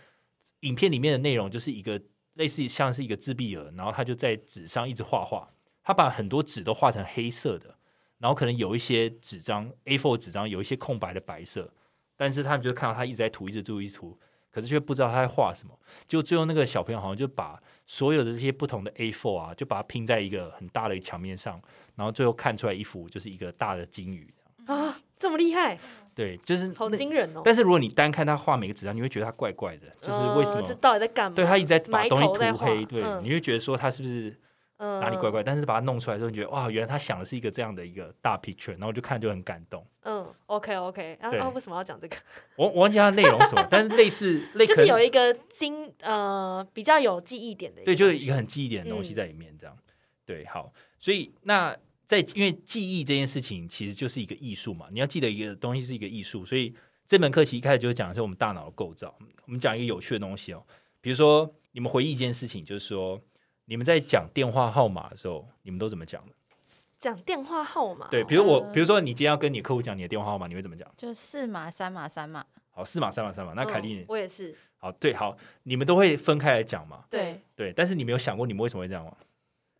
影片里面的内容就是一个类似于像是一个自闭儿，然后他就在纸上一直画画，他把很多纸都画成黑色的，然后可能有一些纸张 A4 纸张有一些空白的白色，但是他们就看到他一直在涂，一直涂，一直涂，可是却不知道他在画什么。就最后那个小朋友好像就把所有的这些不同的 A4 啊，就把它拼在一个很大的墙面上，然后最后看出来一幅就是一个大的金鱼。啊，这么厉 害，对，就是好那惊人哦！但是如果你单看他画每个纸张，你会觉得他怪怪的，就是为什呃么？这到底在干嘛？对他一直在把埋东西头在涂黑，画对，嗯你会觉得说他是不是嗯哪里怪怪？但是把它弄出来之后，你觉得哇，原来他想的是一个这样的一个大 picture，然后我就看就很感动。嗯，OK OK，啊对啊，为什么要讲这个？我我忘记它内容是什么，但是 类似类就可是有能一个经呃比较有记忆点的，对，就是一个很记忆点的东西嗯在里面，这样、对。好，所以那在因为记忆这件事情其实就是一个艺术嘛，你要记得一个东西是一个艺术，所以这门课其实一开始就讲说我们大脑的构造，我们讲一个有趣的东西哦，比如说你们回忆一件事情，就是说你们在讲电话号码的时候，你们都怎么讲的？讲电话号码哦，对，比如我，呃比如说你今天要跟你客户讲你的电话号码，你会怎么讲？就四码、三码、三码，好，四码、三码、三码。那凯莉嗯，我也是，好，对，好，你们都会分开来讲嘛？对，对，但是你没有想过你们为什么会这样吗？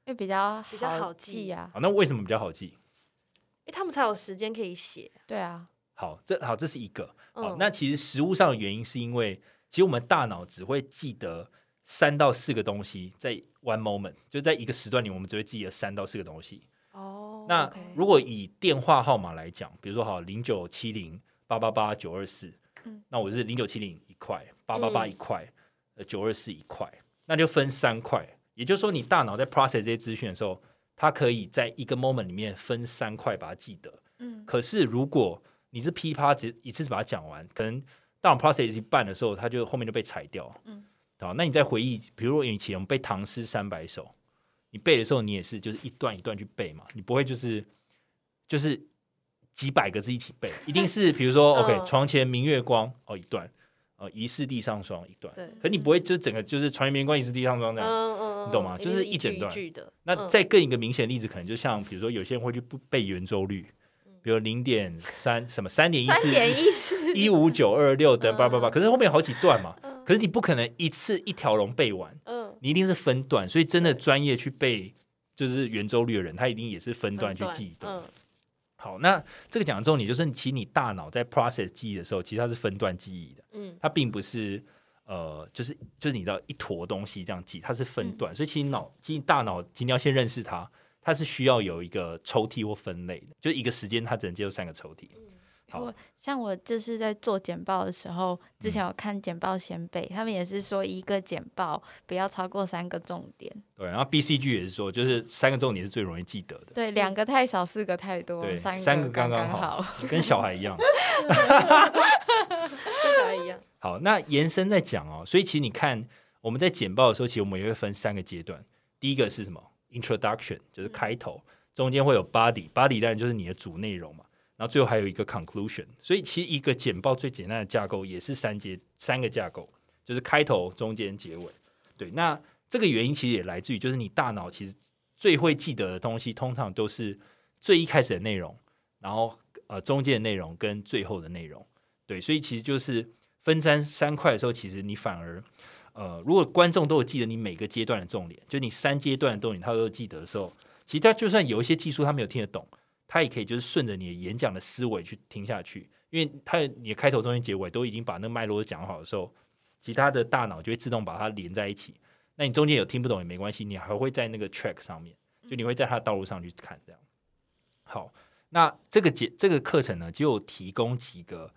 因为比较比较好记记啊。好，那为什么比较好记？因为他们才有时间可以写。对啊，好，这好，这是一个。好，嗯，那其实实物上的原因是因为，其实我们大脑只会记得三到四个东西，在 one moment，就在一个时段里，我们只会记得三到四个东西。哦，那 OK 如果以电话号码来讲，比如说好零九七零八八八九二四嗯，那我是零九七零一块，八八八嗯一块，呃九二四一块，那就分三块。也就是说，你大脑在 process 这些资讯的时候，它可以在一个 moment 里面分三块把它记得。嗯，可是如果你是噼啪只一次把它讲完，可能当我们 process 一半的时候，它就后面就被裁掉。嗯，好，那你再回忆，比如说以前我们背《唐诗三百首》，你背的时候你也是就是一段一段去背嘛，你不会就是就是几百个字一起背，一定是比如说 OK，、嗯床前明月光哦一段，呃疑是地上霜一段，对，可你不会就整个就是床前明月光疑是地上霜这样。嗯嗯，你懂吗嗯就是一一整句段句的。那嗯再更一个明显的例子，可能就像比如说，有些人会去不背圆周率，比如零点三什么三点一三点四一四，一五九二六等叭叭叭，嗯可是后面有好几段嘛，嗯可是你不可能一次一条龙背完，嗯，你一定是分段，所以真的专业去背就是圆周率的人，他一定也是分段去记的。嗯，好，那这个讲的重点就是，其实你大脑在 process 记忆的时候，其实它是分段记忆的，嗯，它并不是。呃，就是就是你知道一坨东西这样记，它是分嗯段，所以其实脑，其实大脑今天要先认识它，它是需要有一个抽屉或分类的，就是一个时间它只能接受三个抽屉。嗯好嗯我像我就是在做简报的时候，之前有看简报先辈，他们也是说一个简报不要超过三个重点，对，然后 B C G 也是说，就是三个重点是最容易记得的，对，两个太少，四个太多对，，三三个刚刚刚好。 跟小孩一样。跟小孩一样。好，那延伸再讲哦，所以其实你看我们在简报的时候，其实我们也会分三个阶段，第一个是什么？Introduction 就是开头，中间会有 body，body 当然就是你的主内容嘛，然后最后还有一个 conclusion。所以其实一个简报最简单的架构也是三阶三个架构，就是开头、中间、结尾。对，那这个原因其实也来自于，就是你大脑其实最会记得的东西，通常都是最一开始的内容，然后呃中间的内容跟最后的内容。对，所以其实就是分三三块的时候，其实你反而呃，如果观众都有记得你每个阶段的重点，就你三阶段的重点他都记得的时候，其实他就算有一些技术他没有听得懂，他也可以就是顺着你的演讲的思维去听下去，因为他你的开头、中间、结尾都已经把那个脉络都讲好的时候，其他的大脑就会自动把它连在一起。那你中间有听不懂也没关系，你还会在那个 track 上面，就你会在它的道路上去看这样。好，那这个节这个课程呢，就提供几个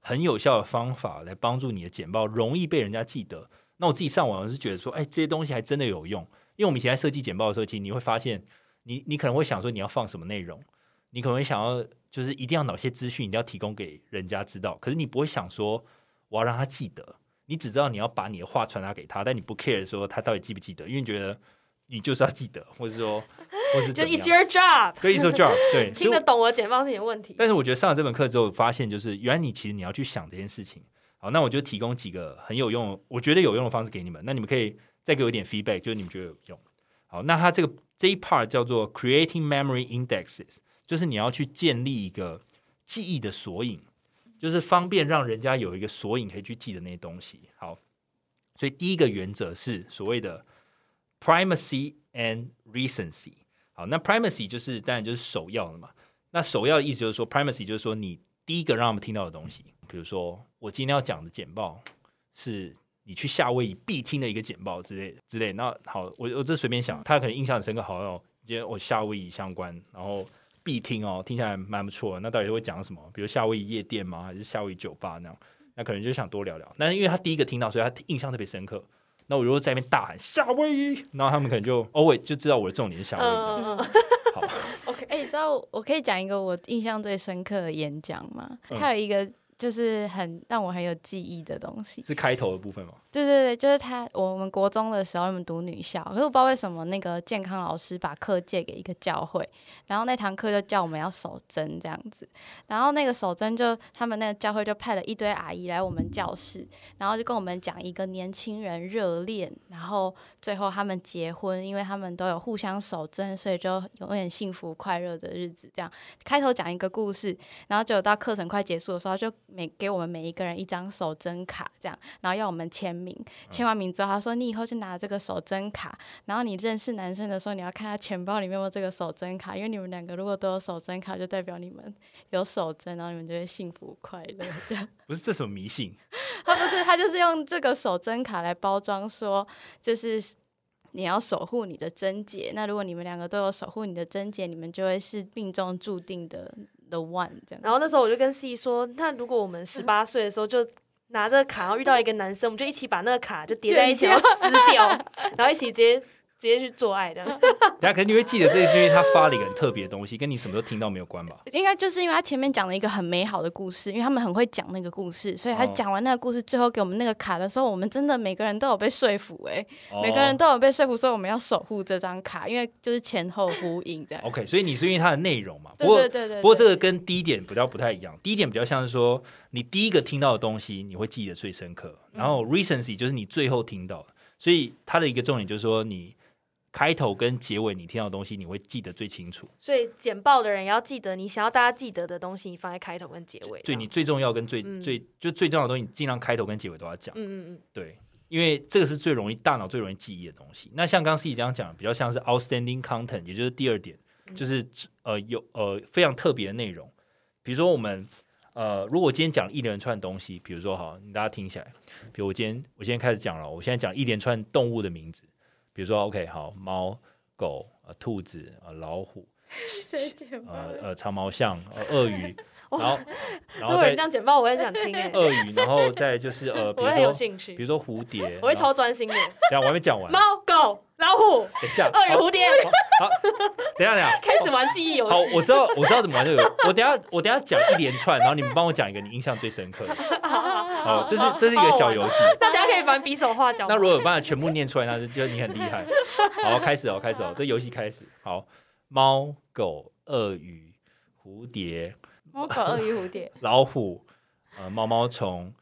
很有效的方法来帮助你的简报容易被人家记得。那我自己上网是觉得说，哎，这些东西还真的有用，因为我们以前在设计简报的时候，其实你会发现，你你可能会想说你要放什么内容，你可能会想要就是一定要哪些资讯一定要提供给人家知道，可是你不会想说我要让他记得，你只知道你要把你的话传达给他，但你不 care 说他到底记不记得，因为你觉得你就是要记得，或是说，或是就怎么 It's 样， your job，对，it's your job，对，所以听得懂我的简报是你的问题。但是我觉得上了这门课之后，发现就是原来你其实你要去想这件事情。好，那我就提供几个很有用，我觉得有用的方式给你们。那你们可以再给我一点 feedback，就是你们觉得有用。好，那它这个这一 part 叫做 creating memory indexes，就是你要去建立一个记忆的索引，就是方便让人家有一个索引可以去记的那些东西。好，所以第一个原则是所谓的 primacy and recency。好，那 primacy 就是当然就是首要的嘛。那首要的意思就是说，primacy 就是说你第一个让他们听到的东西，比如说我今天要讲的简报是你去夏威夷必听的一个简报之类之类。那好，我我这随便想，他可能印象很深刻，好像今天我夏威夷相关，然后必听哦，听起来蛮不错的。那到底会讲什么？比如夏威夷夜店吗？还是夏威夷酒吧那样？那可能就想多聊聊。但是因为他第一个听到，所以他印象特别深刻。那我如果在那边大喊夏威夷，然后他们可能就哦，我也就知道我的重点是夏威夷。嗯，嗯嗯好，哎、你知道我可以讲一个我印象最深刻的演讲吗？嗯还有一个就是很让我很有记忆的东西。是开头的部分吗？对对对，就是他，我们国中的时候，我们读女校，可是我不知道为什么那个健康老师把课借给一个教会，然后那堂课就叫我们要守贞这样子，然后那个守贞就他们那个教会就派了一堆阿姨来我们教室，然后就跟我们讲一个年轻人热恋，然后最后他们结婚，因为他们都有互相守贞，所以就永远幸福快乐的日子这样。开头讲一个故事，然后就到课程快结束的时候，他就每给我们每一个人一张守贞卡这样，然后要我们签名。签完名之后，他说你以后就拿这个守贞卡，然后你认识男生的时候，你要看他钱包里面有没有这个守贞卡，因为你们两个如果都有守贞卡，就代表你们 有守贞，然后你们就会幸福快乐 这样。不是这什么迷信？他不是，他就是用这个守贞卡来包装，说就是你要守护你的贞洁。那如果你们两个都有守护你的贞洁，你们就会是命中注定的 the one 这样。然后那时候我就跟 C 说，那如果我们十八岁的时候就拿着卡，然后遇到一个男生，我们就一起把那个卡就叠在一 起，剪然掉后撕掉，然后一起直接直接去做 爱的。大家可能你会记得这是因为他发了一个很特别的东西，跟你什么都听到没有关吧？应该就是因为他前面讲了一个很美好的故事，因为他们很会讲那个故事，所以他哦讲完那个故事，最后给我们那个卡的时候，我们真的每个人都有被说服、欸，哦每个人都有被说服，所以我们要守护这张卡，因为就是前后呼应这样。 OK，所以你是因为它的内容哦嘛？不对过对对对，不过这对个跟第一点比较不太一样，第一点比较像是说你第一个听到的东西你会记得最深刻，嗯然后 recency 就是你最后听到的，所以它的一个重点就是说你开头跟结尾你听到的东西你会记得最清楚，所以简报的人也要记得，你想要大家记得的东西，你放在开头跟结尾。所以你最重要跟最、嗯最就最重要的东西，你尽量开头跟结尾都要讲。嗯嗯对，因为这个是最容易大脑最容易记忆的东西。那像刚刚 C 这样讲，比较像是 outstanding content，也就是第二点，嗯就是呃有呃非常特别的内容。比如说我们呃，如果今天讲一连串东西，比如说好，你大家听起来，比如我今天我今天开始讲了，我现在讲一连串动物的名字，比如说 OK 好，猫、狗、呃、兔子、呃、老虎、 谁剪吧呃呃长毛象、呃鳄 鱼，然后嗯。然如后果人再这样简报，我会很想听 诶、鳄鱼，然后再就是呃，比我如会很有说兴比趣，如说蝴蝶，我会然后超专心的。等一下我还没讲完，猫、狗、老虎、等一下，鳄鱼、好蝴蝶，好，等一下，等一下，开始玩记忆游好戏。，我知道，我知道怎么玩这个。我等一下，我等一下讲一连串，然后你们帮我讲一个你印象最深刻的。好好好好，这是这是一个小游戏。那大家可以玩比手画脚吗。那如果有办法全部念出来，那就就你很厉害。好，开始哦，开始哦，这游戏开始。好，猫、狗、鳄鱼、蝴蝶、猫狗鳄鱼蝴蝶，老虎、呃毛毛虫、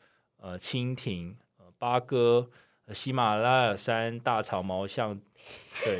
呃蜻蜓、呃八哥、呃喜马拉雅山大长毛象，对，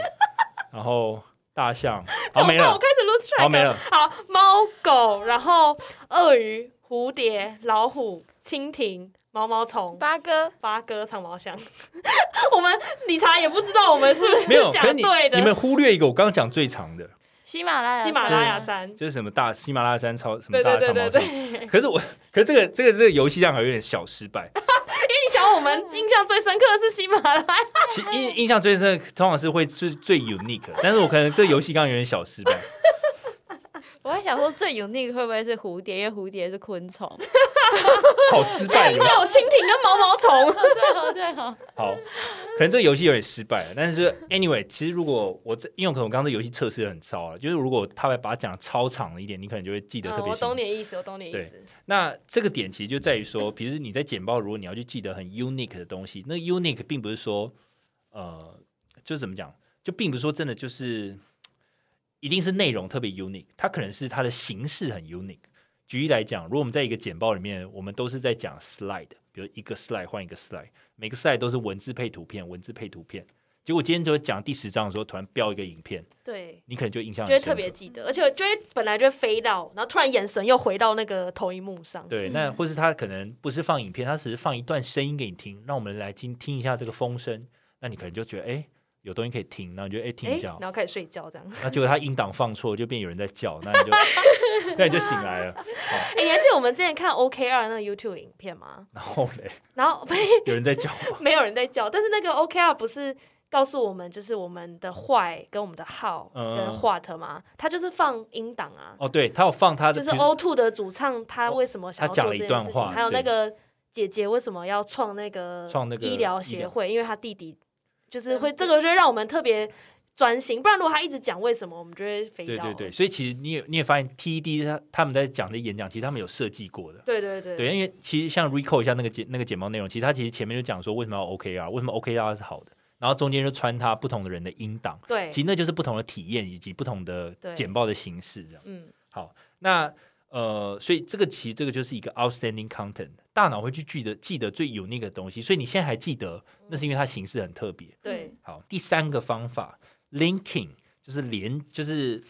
然后大象，好没那我了，开始 lose track。好没。了。好，猫狗，然后鳄鱼、蝴蝶、老虎、蜻蜓、毛毛虫、八哥八哥、长毛象。 我们理查也不知道我们是不是没有，可是讲你对你们的。忽略一个，我刚刚讲最长的，喜马拉雅喜马拉雅山，就是什么大喜马拉雅山超什么对大对长对毛对山对。。因为可是我，可是这个这个这个游戏让我有点小失败。你想，我们印象最深刻的是喜马拉雅，其印印象最深，刻，通常是会是最 unique，的但是我可能这个游戏刚刚有点小失败。我还想说最 unique 会不会是蝴蝶，因为蝴蝶是昆 虫。好失败就的游戏。有蜻蜓跟毛毛虫。对哦对哦，好，可能这个游戏有点失败了，但是 anyway，其实如果我这，因为我可能我刚刚这游戏测试的很糟啊，就是如果他把它讲超长了一点，你可能就会记得特嗯，别我清楚。懂你的意思，我懂你的意思。那这个点其实就在于说，比如你在简报，如果你要去记得很 unique 的东西，那 unique 并不是说，呃，就是怎么讲，就并不是说真的就是一定是内容特别 unique，它可能是它的形式很 unique。举例来讲，如果我们在一个简报里面，我们都是在讲 slide，比如一个 slide 换一个 slide，每个 slide 都是文字配图片，文字配图片。结果今天就讲第十章的时候，突然标一个影片，对。你可能就印象就很会深特别刻记得，而且就会本来就会飞到，然后突然眼神又回到那个投影幕上。对，那或是他可能不是放影片，他只是放一段声音给你听，让我们来听听一下这个风声，那你可能就觉得哎、有东西可以听，然后你就哎、听哎一，下，然后开始睡觉这样。那结果他音档放错，就变有人在叫，那 你就那你就醒来了，哎，你还记得我们之前看 OK 二那个 YouTube 影片吗？然后嘞然后 没有人在叫我，没有人在叫，但是那个 OK 二不是告诉我们就是我们的坏跟我们的好嗯跟 what 吗？他就是放音档啊，哦，对他有放他的，就是哦比如 O Two 的主唱他为什么想要他讲做了这件一段事情，话还有那对个姐姐为什么要创那个创那个医疗医协疗会，因为他弟弟就是会这个就会让我们特别专心，不然如果他一直讲为什么，我们就会飞对到对了。对，所以其实你也你也发现 TED 他他们在讲的演讲，其实他们有设计过的。对对对对，因为其实像 recall 一下那个简那个简报内容，其实他其实前面就讲说为什么要 OKR，为什么 OKR 是好的，然后中间就穿插不同的人的音档，对其实那就是不同的体验以及不同的对简报的形式这样。嗯，好，那呃，所以这个其实这个就是一个 outstanding content，大脑会去记得记得最 unique 的东西，所以你现在还记得，那是因为它形式很特别。对， 好，第三个方法 linking 就是联，就是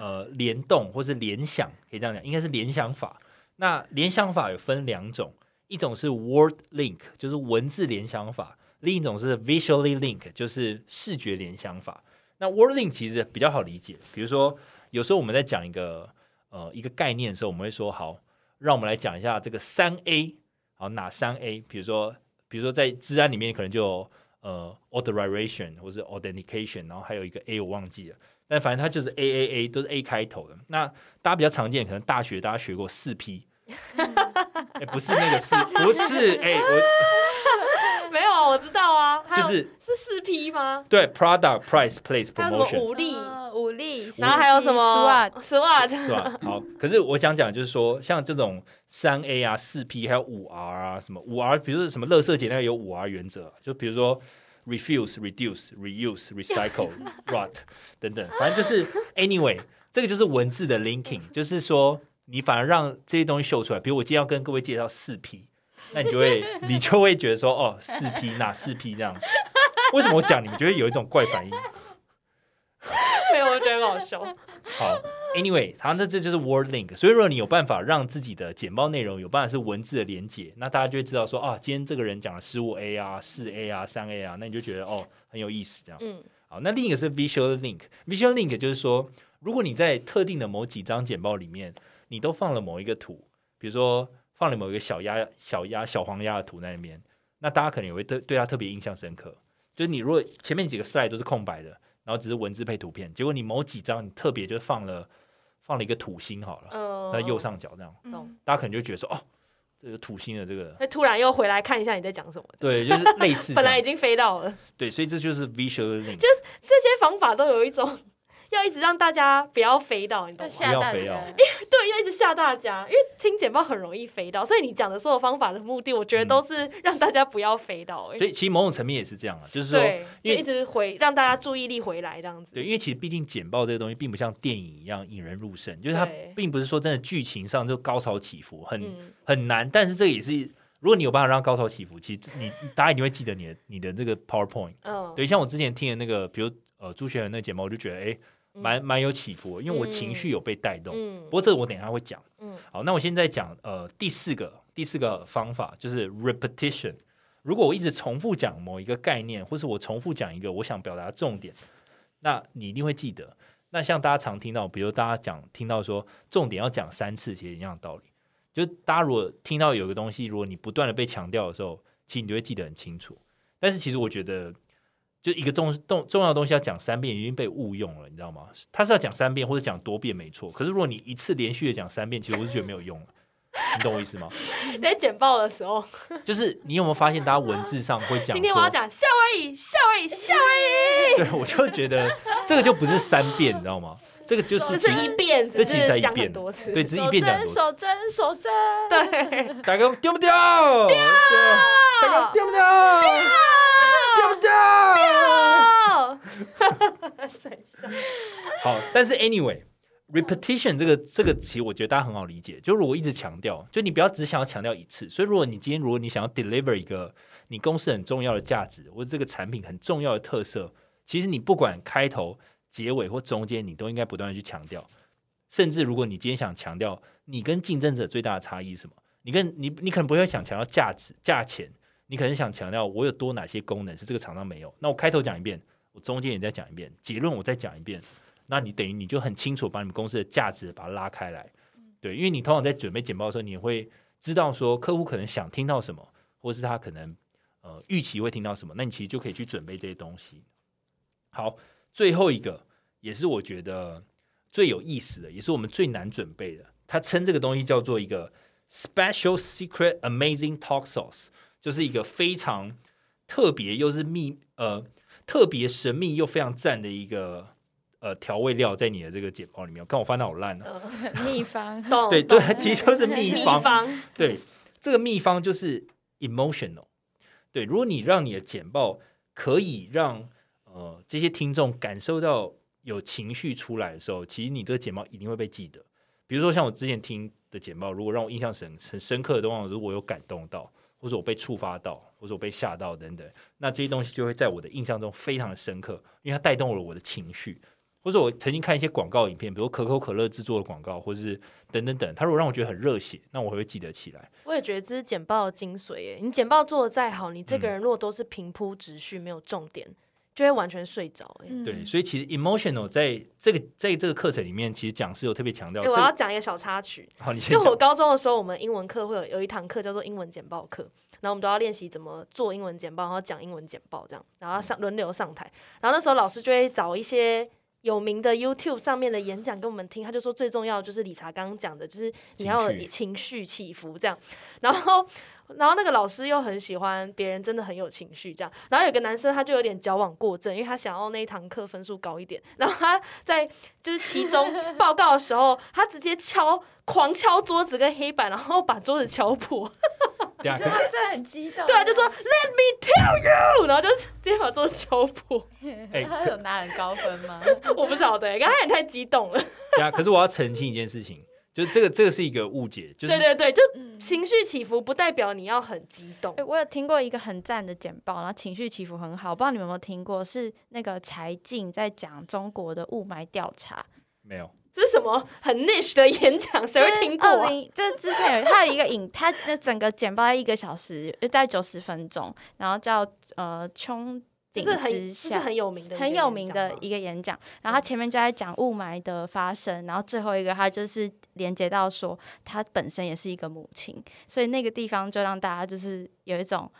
呃联动或是联想，可以这样讲，应该是联想法。那联想法有分两种，一种是 word link，就是文字联想法；另一种是 visually link，就是视觉联想法。那 word link 其实比较好理解，比如说有时候我们在讲一个呃一个概念的时候，我们会说好，让我们来讲一下这个三 A，好哪三 A？比如说比如说在治安里面可能就有呃 authorization 或是 authentication，然后还有一个 A 我忘记了，但反正它就是 A A A 都是 A 开头的。那大家比较常见，可能大学大家学过四 P，哎不是那个四，不是哎、我没有啊，我知道啊，还有就是是四 P 吗？对 product price place 还有什么 promotion 武力？呃武力，然后还有什么 SWAT， SWAT？是吧？好，可是我想讲就是说，像这种三 A 啊、四 P 还有五 R 啊，什么五 R，比如说什么乐色节那个有五 R 原则，啊就比如说 refuse、reduce、reuse、recycle、rot 等等，反正就是 anyway，这个就是文字的 linking，就是说你反而让这些东西秀出来。比如我今天要跟各位介绍四 P，那你就会你就会觉得说哦，四 P 哪四 P 这样？为什么我讲你们就会有一种怪反应？没有，我觉得很好 笑。好，Anyway，它那这就是 Word Link，所以如果你有办法让自己的简报内容有办法是文字的连接，那大家就会知道说啊，今天这个人讲了十五 A 啊、四 A 啊、三 A 啊，那你就觉得哦很有意思这样。嗯，好，那另一个是 Visual Link，Visual Link 就是说，如果你在特定的某几张简报里面，你都放了某一个图，比如说放了某一个小鸭、小鸭、小黄鸭的图在那边，那大家可能也会对对它特别印象深刻。就是你如果前面几个 slide 都是空白的，然后只是文字配图片，结果你某几张你特别就放了放了一个土星好了，呃，嗯在右上角这样，懂大家可能就觉得说哦，这个土星的这个。会突然又回来看一下你在讲什么。对，就是类似这本来已样，经飞到了，对，所以这就是 visual link，这些方法都有一种要一直让大家不要飞到，你懂要吗？吓不要大肥哦家。对，要一直吓大家，因为听简报很容易飞到，所以你讲的所有方法的目的，我觉得都是让大家不要飞到、欸嗯所以其实某种层面也是这样啊，就是说对，就因为一直回让大家注意力回来这样子。对，因为其实毕竟简报这个东西并不像电影一样引人入胜，就是它对并不是说真的剧情上就高潮起伏，很、嗯，很难。但是这也是，如果你有办法让高潮起伏，其实你大家一定会记得你的你的这个 PowerPoint。嗯，对，像我之前听的那个，比如呃朱学恒那个节目，我就觉得哎，蛮蛮有起伏的，因为我情绪有被带动。嗯不过这个我等一下会讲。嗯好，那我现在讲呃第四个第四个方法就是 repetition。如果我一直重复讲某一个概念，或是我重复讲一个我想表达的重点，那你一定会记得。那像大家常听到，比如大家讲听到说重点要讲三次，其实一样的道理。就是大家如果听到有个东西，如果你不断的被强调的时候，其实你就会记得很清楚。但是其实我觉得，就一个重重重要的东西要讲三遍，已经被误用了，你知道吗？他是要讲三遍或者讲多遍没错，可是如果你一次连续的讲三遍，其实我是觉得没有用了。 你懂我意思吗？你在简报的时候，就是你有没有发现，大家文字上会讲？今天我要讲夏威夷，夏威夷，夏威夷，对，我就觉得这个就不是三遍，你知道吗？这个哦就只是其是一遍，这只其实才是一讲遍很多次。对，只是一手遍讲针，很多手针，手针，对，次，大哥丢不丢？丢，大哥丢不丢？丢不丢？哦，好，但是 anyway。repetition 这个这个其实我觉得大家很好理解，就如果一直强调，就你不要只想要强调一次。所以如果你今天如果你想要 deliver 一个你公司很重要的价值，或者这个产品很重要的特色，其实你不管开头、结尾或中间，你都应该不断的去强调。甚至如果你今天想强调你跟竞争者最大的差异是什么，你跟你你可能不会想强调价值、价钱，你可能想强调我有多哪些功能是这个厂商没有。那我开头讲一遍，我中间也再讲一遍，结论我再讲一遍，那你等于你就很清楚把你们公司的价值把它拉开来，对，因为你通常在准备简报的时候，你会知道说客户可能想听到什么，或是他可能呃预期会听到什么，那你其实就可以去准备这些东西。好，最后一个也是我觉得最有意思的，也是我们最难准备的，他称这个东西叫做一个 special secret amazing talk sauce，就是一个非常特别又是秘呃特别神秘又非常赞的一个呃调味料，在你的这个简报里面。我看我翻的好烂啊！ 秘方，懂对哦懂对，它其实就是秘秘方。方对，这个秘方就是 emotional。对，如果你让你的简报可以让呃这些听众感受到有情绪出来的时候，其实你这个简报一定会被记得。比如说像我之前听的简报，如果让我印象深很深刻的话，如果我有感动到，或者我被触发到，或者我被吓到等等，那这些东西就会在我的印象中非常的深刻，因为它带动了我的情绪。或者我曾经看一些广告影片，比如可口可乐制作的广告，或是等等等，它如果让我觉得很热血，那我会记得起来。我也觉得这是简报的精髓耶。你简报做的再好，你这个人嗯如果都是平铺直叙，没有重点，就会完全睡着耶。嗯对，所以其实 emotional 在这个在这个课程里面，其实讲师有特别强调。诶这我个要讲一个小插曲，好，你先就讲我高中的时候，我们英文课会有有一堂课叫做英文简报课，然后我们都要练习怎么做英文简报，然后讲英文简报这样，然后上轮流上台，然后那时候老师就会找一些。有名的 YouTube 上面的演讲跟我们听，他就说最重要的就是理查刚刚讲的，就是你要情有绪情绪起伏这样。然后，然后那个老师又很喜欢别人真的很有情绪这样。然后有个男生他就有点矫枉过正，因为他想要那一堂课分数高一点。然后他在就是期中报告的时候，他直接敲狂敲桌子跟黑板，然后把桌子敲破。对啊，这可是这很激动，对啊，就说 Let me tell you，然后就直接把桌子敲破。哎他有拿很高分吗？我不晓得、 欸，刚才也太激动了。对啊，可是我要澄清一件事情，就是这个这个是一个误解，就是对对对，就嗯，情绪起伏不代表你要很激动哎、。我有听过一个很赞的简报，然后情绪起伏很好，我不知道你们有没有听过，是那个柴静在讲中国的雾霾调查，没有这是什么很 niche 的演讲，谁会听过、就是二啊？零就是之前有他有一个影，他的整个简报在一个小时，就在九十分钟，然后叫呃穹这顶是很之这是下。很有名的一个很演有讲名的吗嗯一个演讲，然后他前面就在讲雾霾的发生，然后最后一个他就是连接到说他本身也是一个母亲，所以那个地方就让大家就是有一种，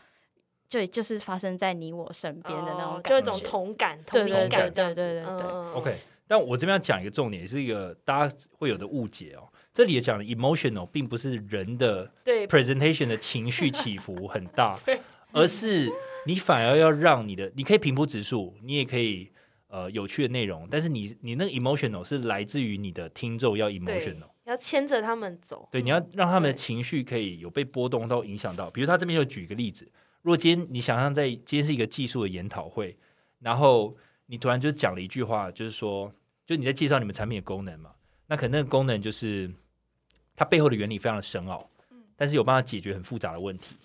就就是发生在你我身边的那种哦感觉，就有一种嗯同感、对同对理对感这对样子，对对对嗯 OK。但我这边要讲一个重点，也是一个大家会有的误解哦。这里也讲的 emotional 并不是人的对 presentation 的情绪起伏很大 对，而是你反而要让你的，你可以平铺直述，你也可以呃有趣的内容，但是你你那个 emotional 是来自于你的听众要 emotional，要牵着他们走。对，你要让他们的情绪可以有被波动到影响到。比如他这边就举一个例子，如果今天你想象在今天是一个技术的研讨会，然后你突然就讲了一句话，就是说，就你在介绍你们产品的功能嘛，那可能那个功能就是它背后的原理非常的深奥，但是有办法解决很复杂的问题。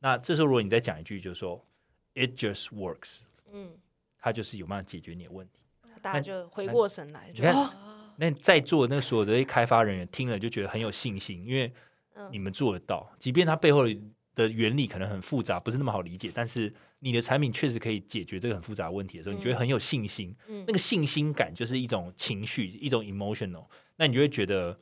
那这时候如果你再讲一句，就是说 "It just works"，嗯，它就是有办法解决你的问题。大家就回过神来，你就看哦，那在座的那所有的这些开发人员听了就觉得很有信心，因为嗯你们做得到，即便它背后的原理可能很复杂，不是那么好理解，但是你的产品确实可以解决这个很复杂的问题的时候，嗯你觉得很有信心。嗯那个信心感就是一种情绪，一种 emotional，那你就会觉得，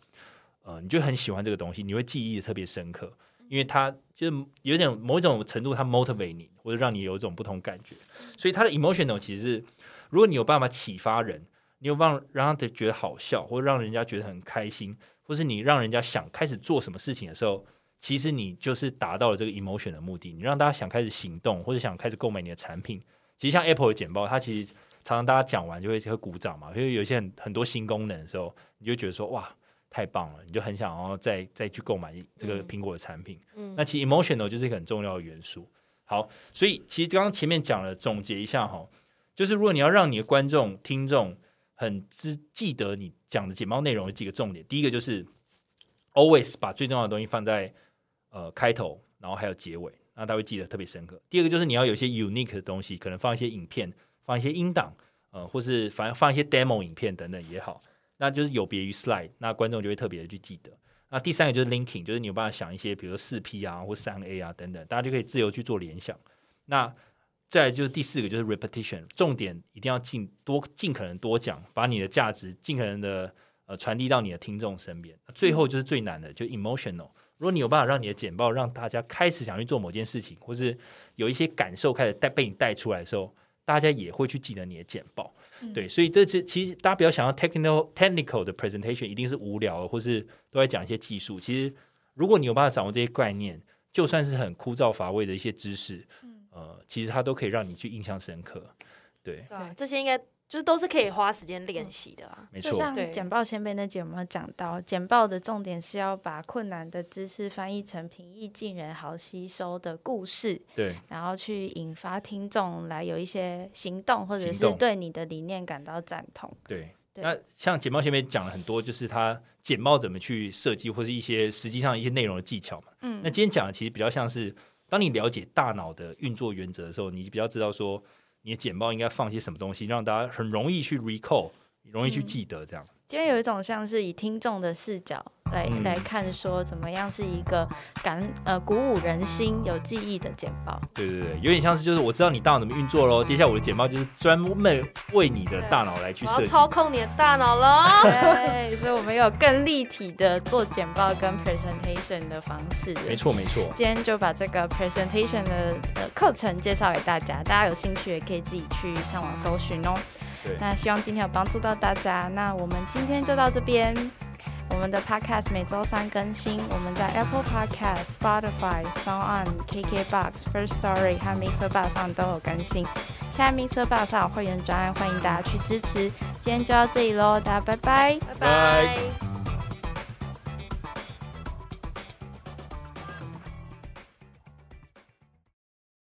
呃，你就很喜欢这个东西，你会记忆得特别深刻，嗯因为它就是有点某一种程度它 motivate 你，或者让你有一种不同感觉。所以它的 emotional 其实是，如果你有办法启发人，你有办法让他觉得好笑，或者让人家觉得很开心，或是你让人家想开始做什么事情的时候，其实你就是达到了这个 emotion 的目的。你让大家想开始行动，或者想开始购买你的产品。其实像 Apple 的简报，它其实常常大家讲完就会会鼓掌嘛，因为有一些很很多新功能的时候，你就觉得说哇太棒了，你就很想要再再去购买这个嗯苹果的产品。嗯那其实 emotional 就是一个很重要的元素。好，所以其实刚刚前面讲了，总结一下哈，就是如果你要让你的观众、听众很知记得你讲的简报内容有几个重点，第一个就是 always 把最重要的东西放在呃开头，然后还有结尾，那他会记得特别深刻。第二个就是你要有一些 unique 的东西，可能放一些影片，放一些音档，呃，或是反正放一些 demo 影片等等也好，那就是有别于 slide，那观众就会特别的去记得。那第三个就是 linking，就是你有办法想一些，比如四 P 啊或三 A 啊等等，大家就可以自由去做联想。那再来就是第四个就是 repetition，重点一定要尽多尽可能多讲，把你的价值尽可能的呃传递到你的听众身边。最后就是最难的，就 emotional。如果你有办法让你的简报让大家开始想去做某件事情，或是有一些感受开始带被你带出来的时候，大家也会去记得你的简报。嗯对，所以这其其实大家不要想要 technical technical 的 presentation 一定是无聊的，或是都在讲一些技术。其实如果你有办法掌握这些概念，就算是很枯燥乏味的一些知识，嗯呃，其实它都可以让你去印象深刻。对，对啊，这些应该就是都是可以花时间练习的啊。没就错，像对简报先辈那集有没有讲到，简报的重点是要把困难的知识翻译成平易近人、好吸收的故事，对，然后去引发听众来有一些行动，或者行是动对你的理念感到赞同。对。对那像简报前面讲了很多，就是它简报怎么去设计，或是一些实际上一些内容的技巧嘛。嗯那今天讲的其实比较像是，当你了解大脑的运作原则的时候，你比较知道说你的简报应该放些什么东西，让大家很容易去 recall，容易嗯去记得这样。今天有一种像是以听众的视角来、嗯来看，说怎么样是一个感呃鼓舞人心、有记忆的简 报。对对对，有点像是就是我知道你大脑怎么运作喽，接下来我的简报就是专门为你的大脑来去我设要计。操控你的大脑了。对，所以我们有更立体的做简报跟 presentation 的方式。没错没错，今天就把这个 presentation 的呃课程介绍给大家，大家有兴趣也可以自己去上网搜寻哦对。那希望今天有帮助到大家。那我们今天就到这边。我们的 podcast 每周三更新，我们在 Apple Podcast、Spotify、Sound On、KKBox、First Story 和 Mr. Bar 上都有更新。现在 Mr. Bar 上有会员专案，欢迎大家去支持。今天就到这里喽，大家拜拜。拜拜。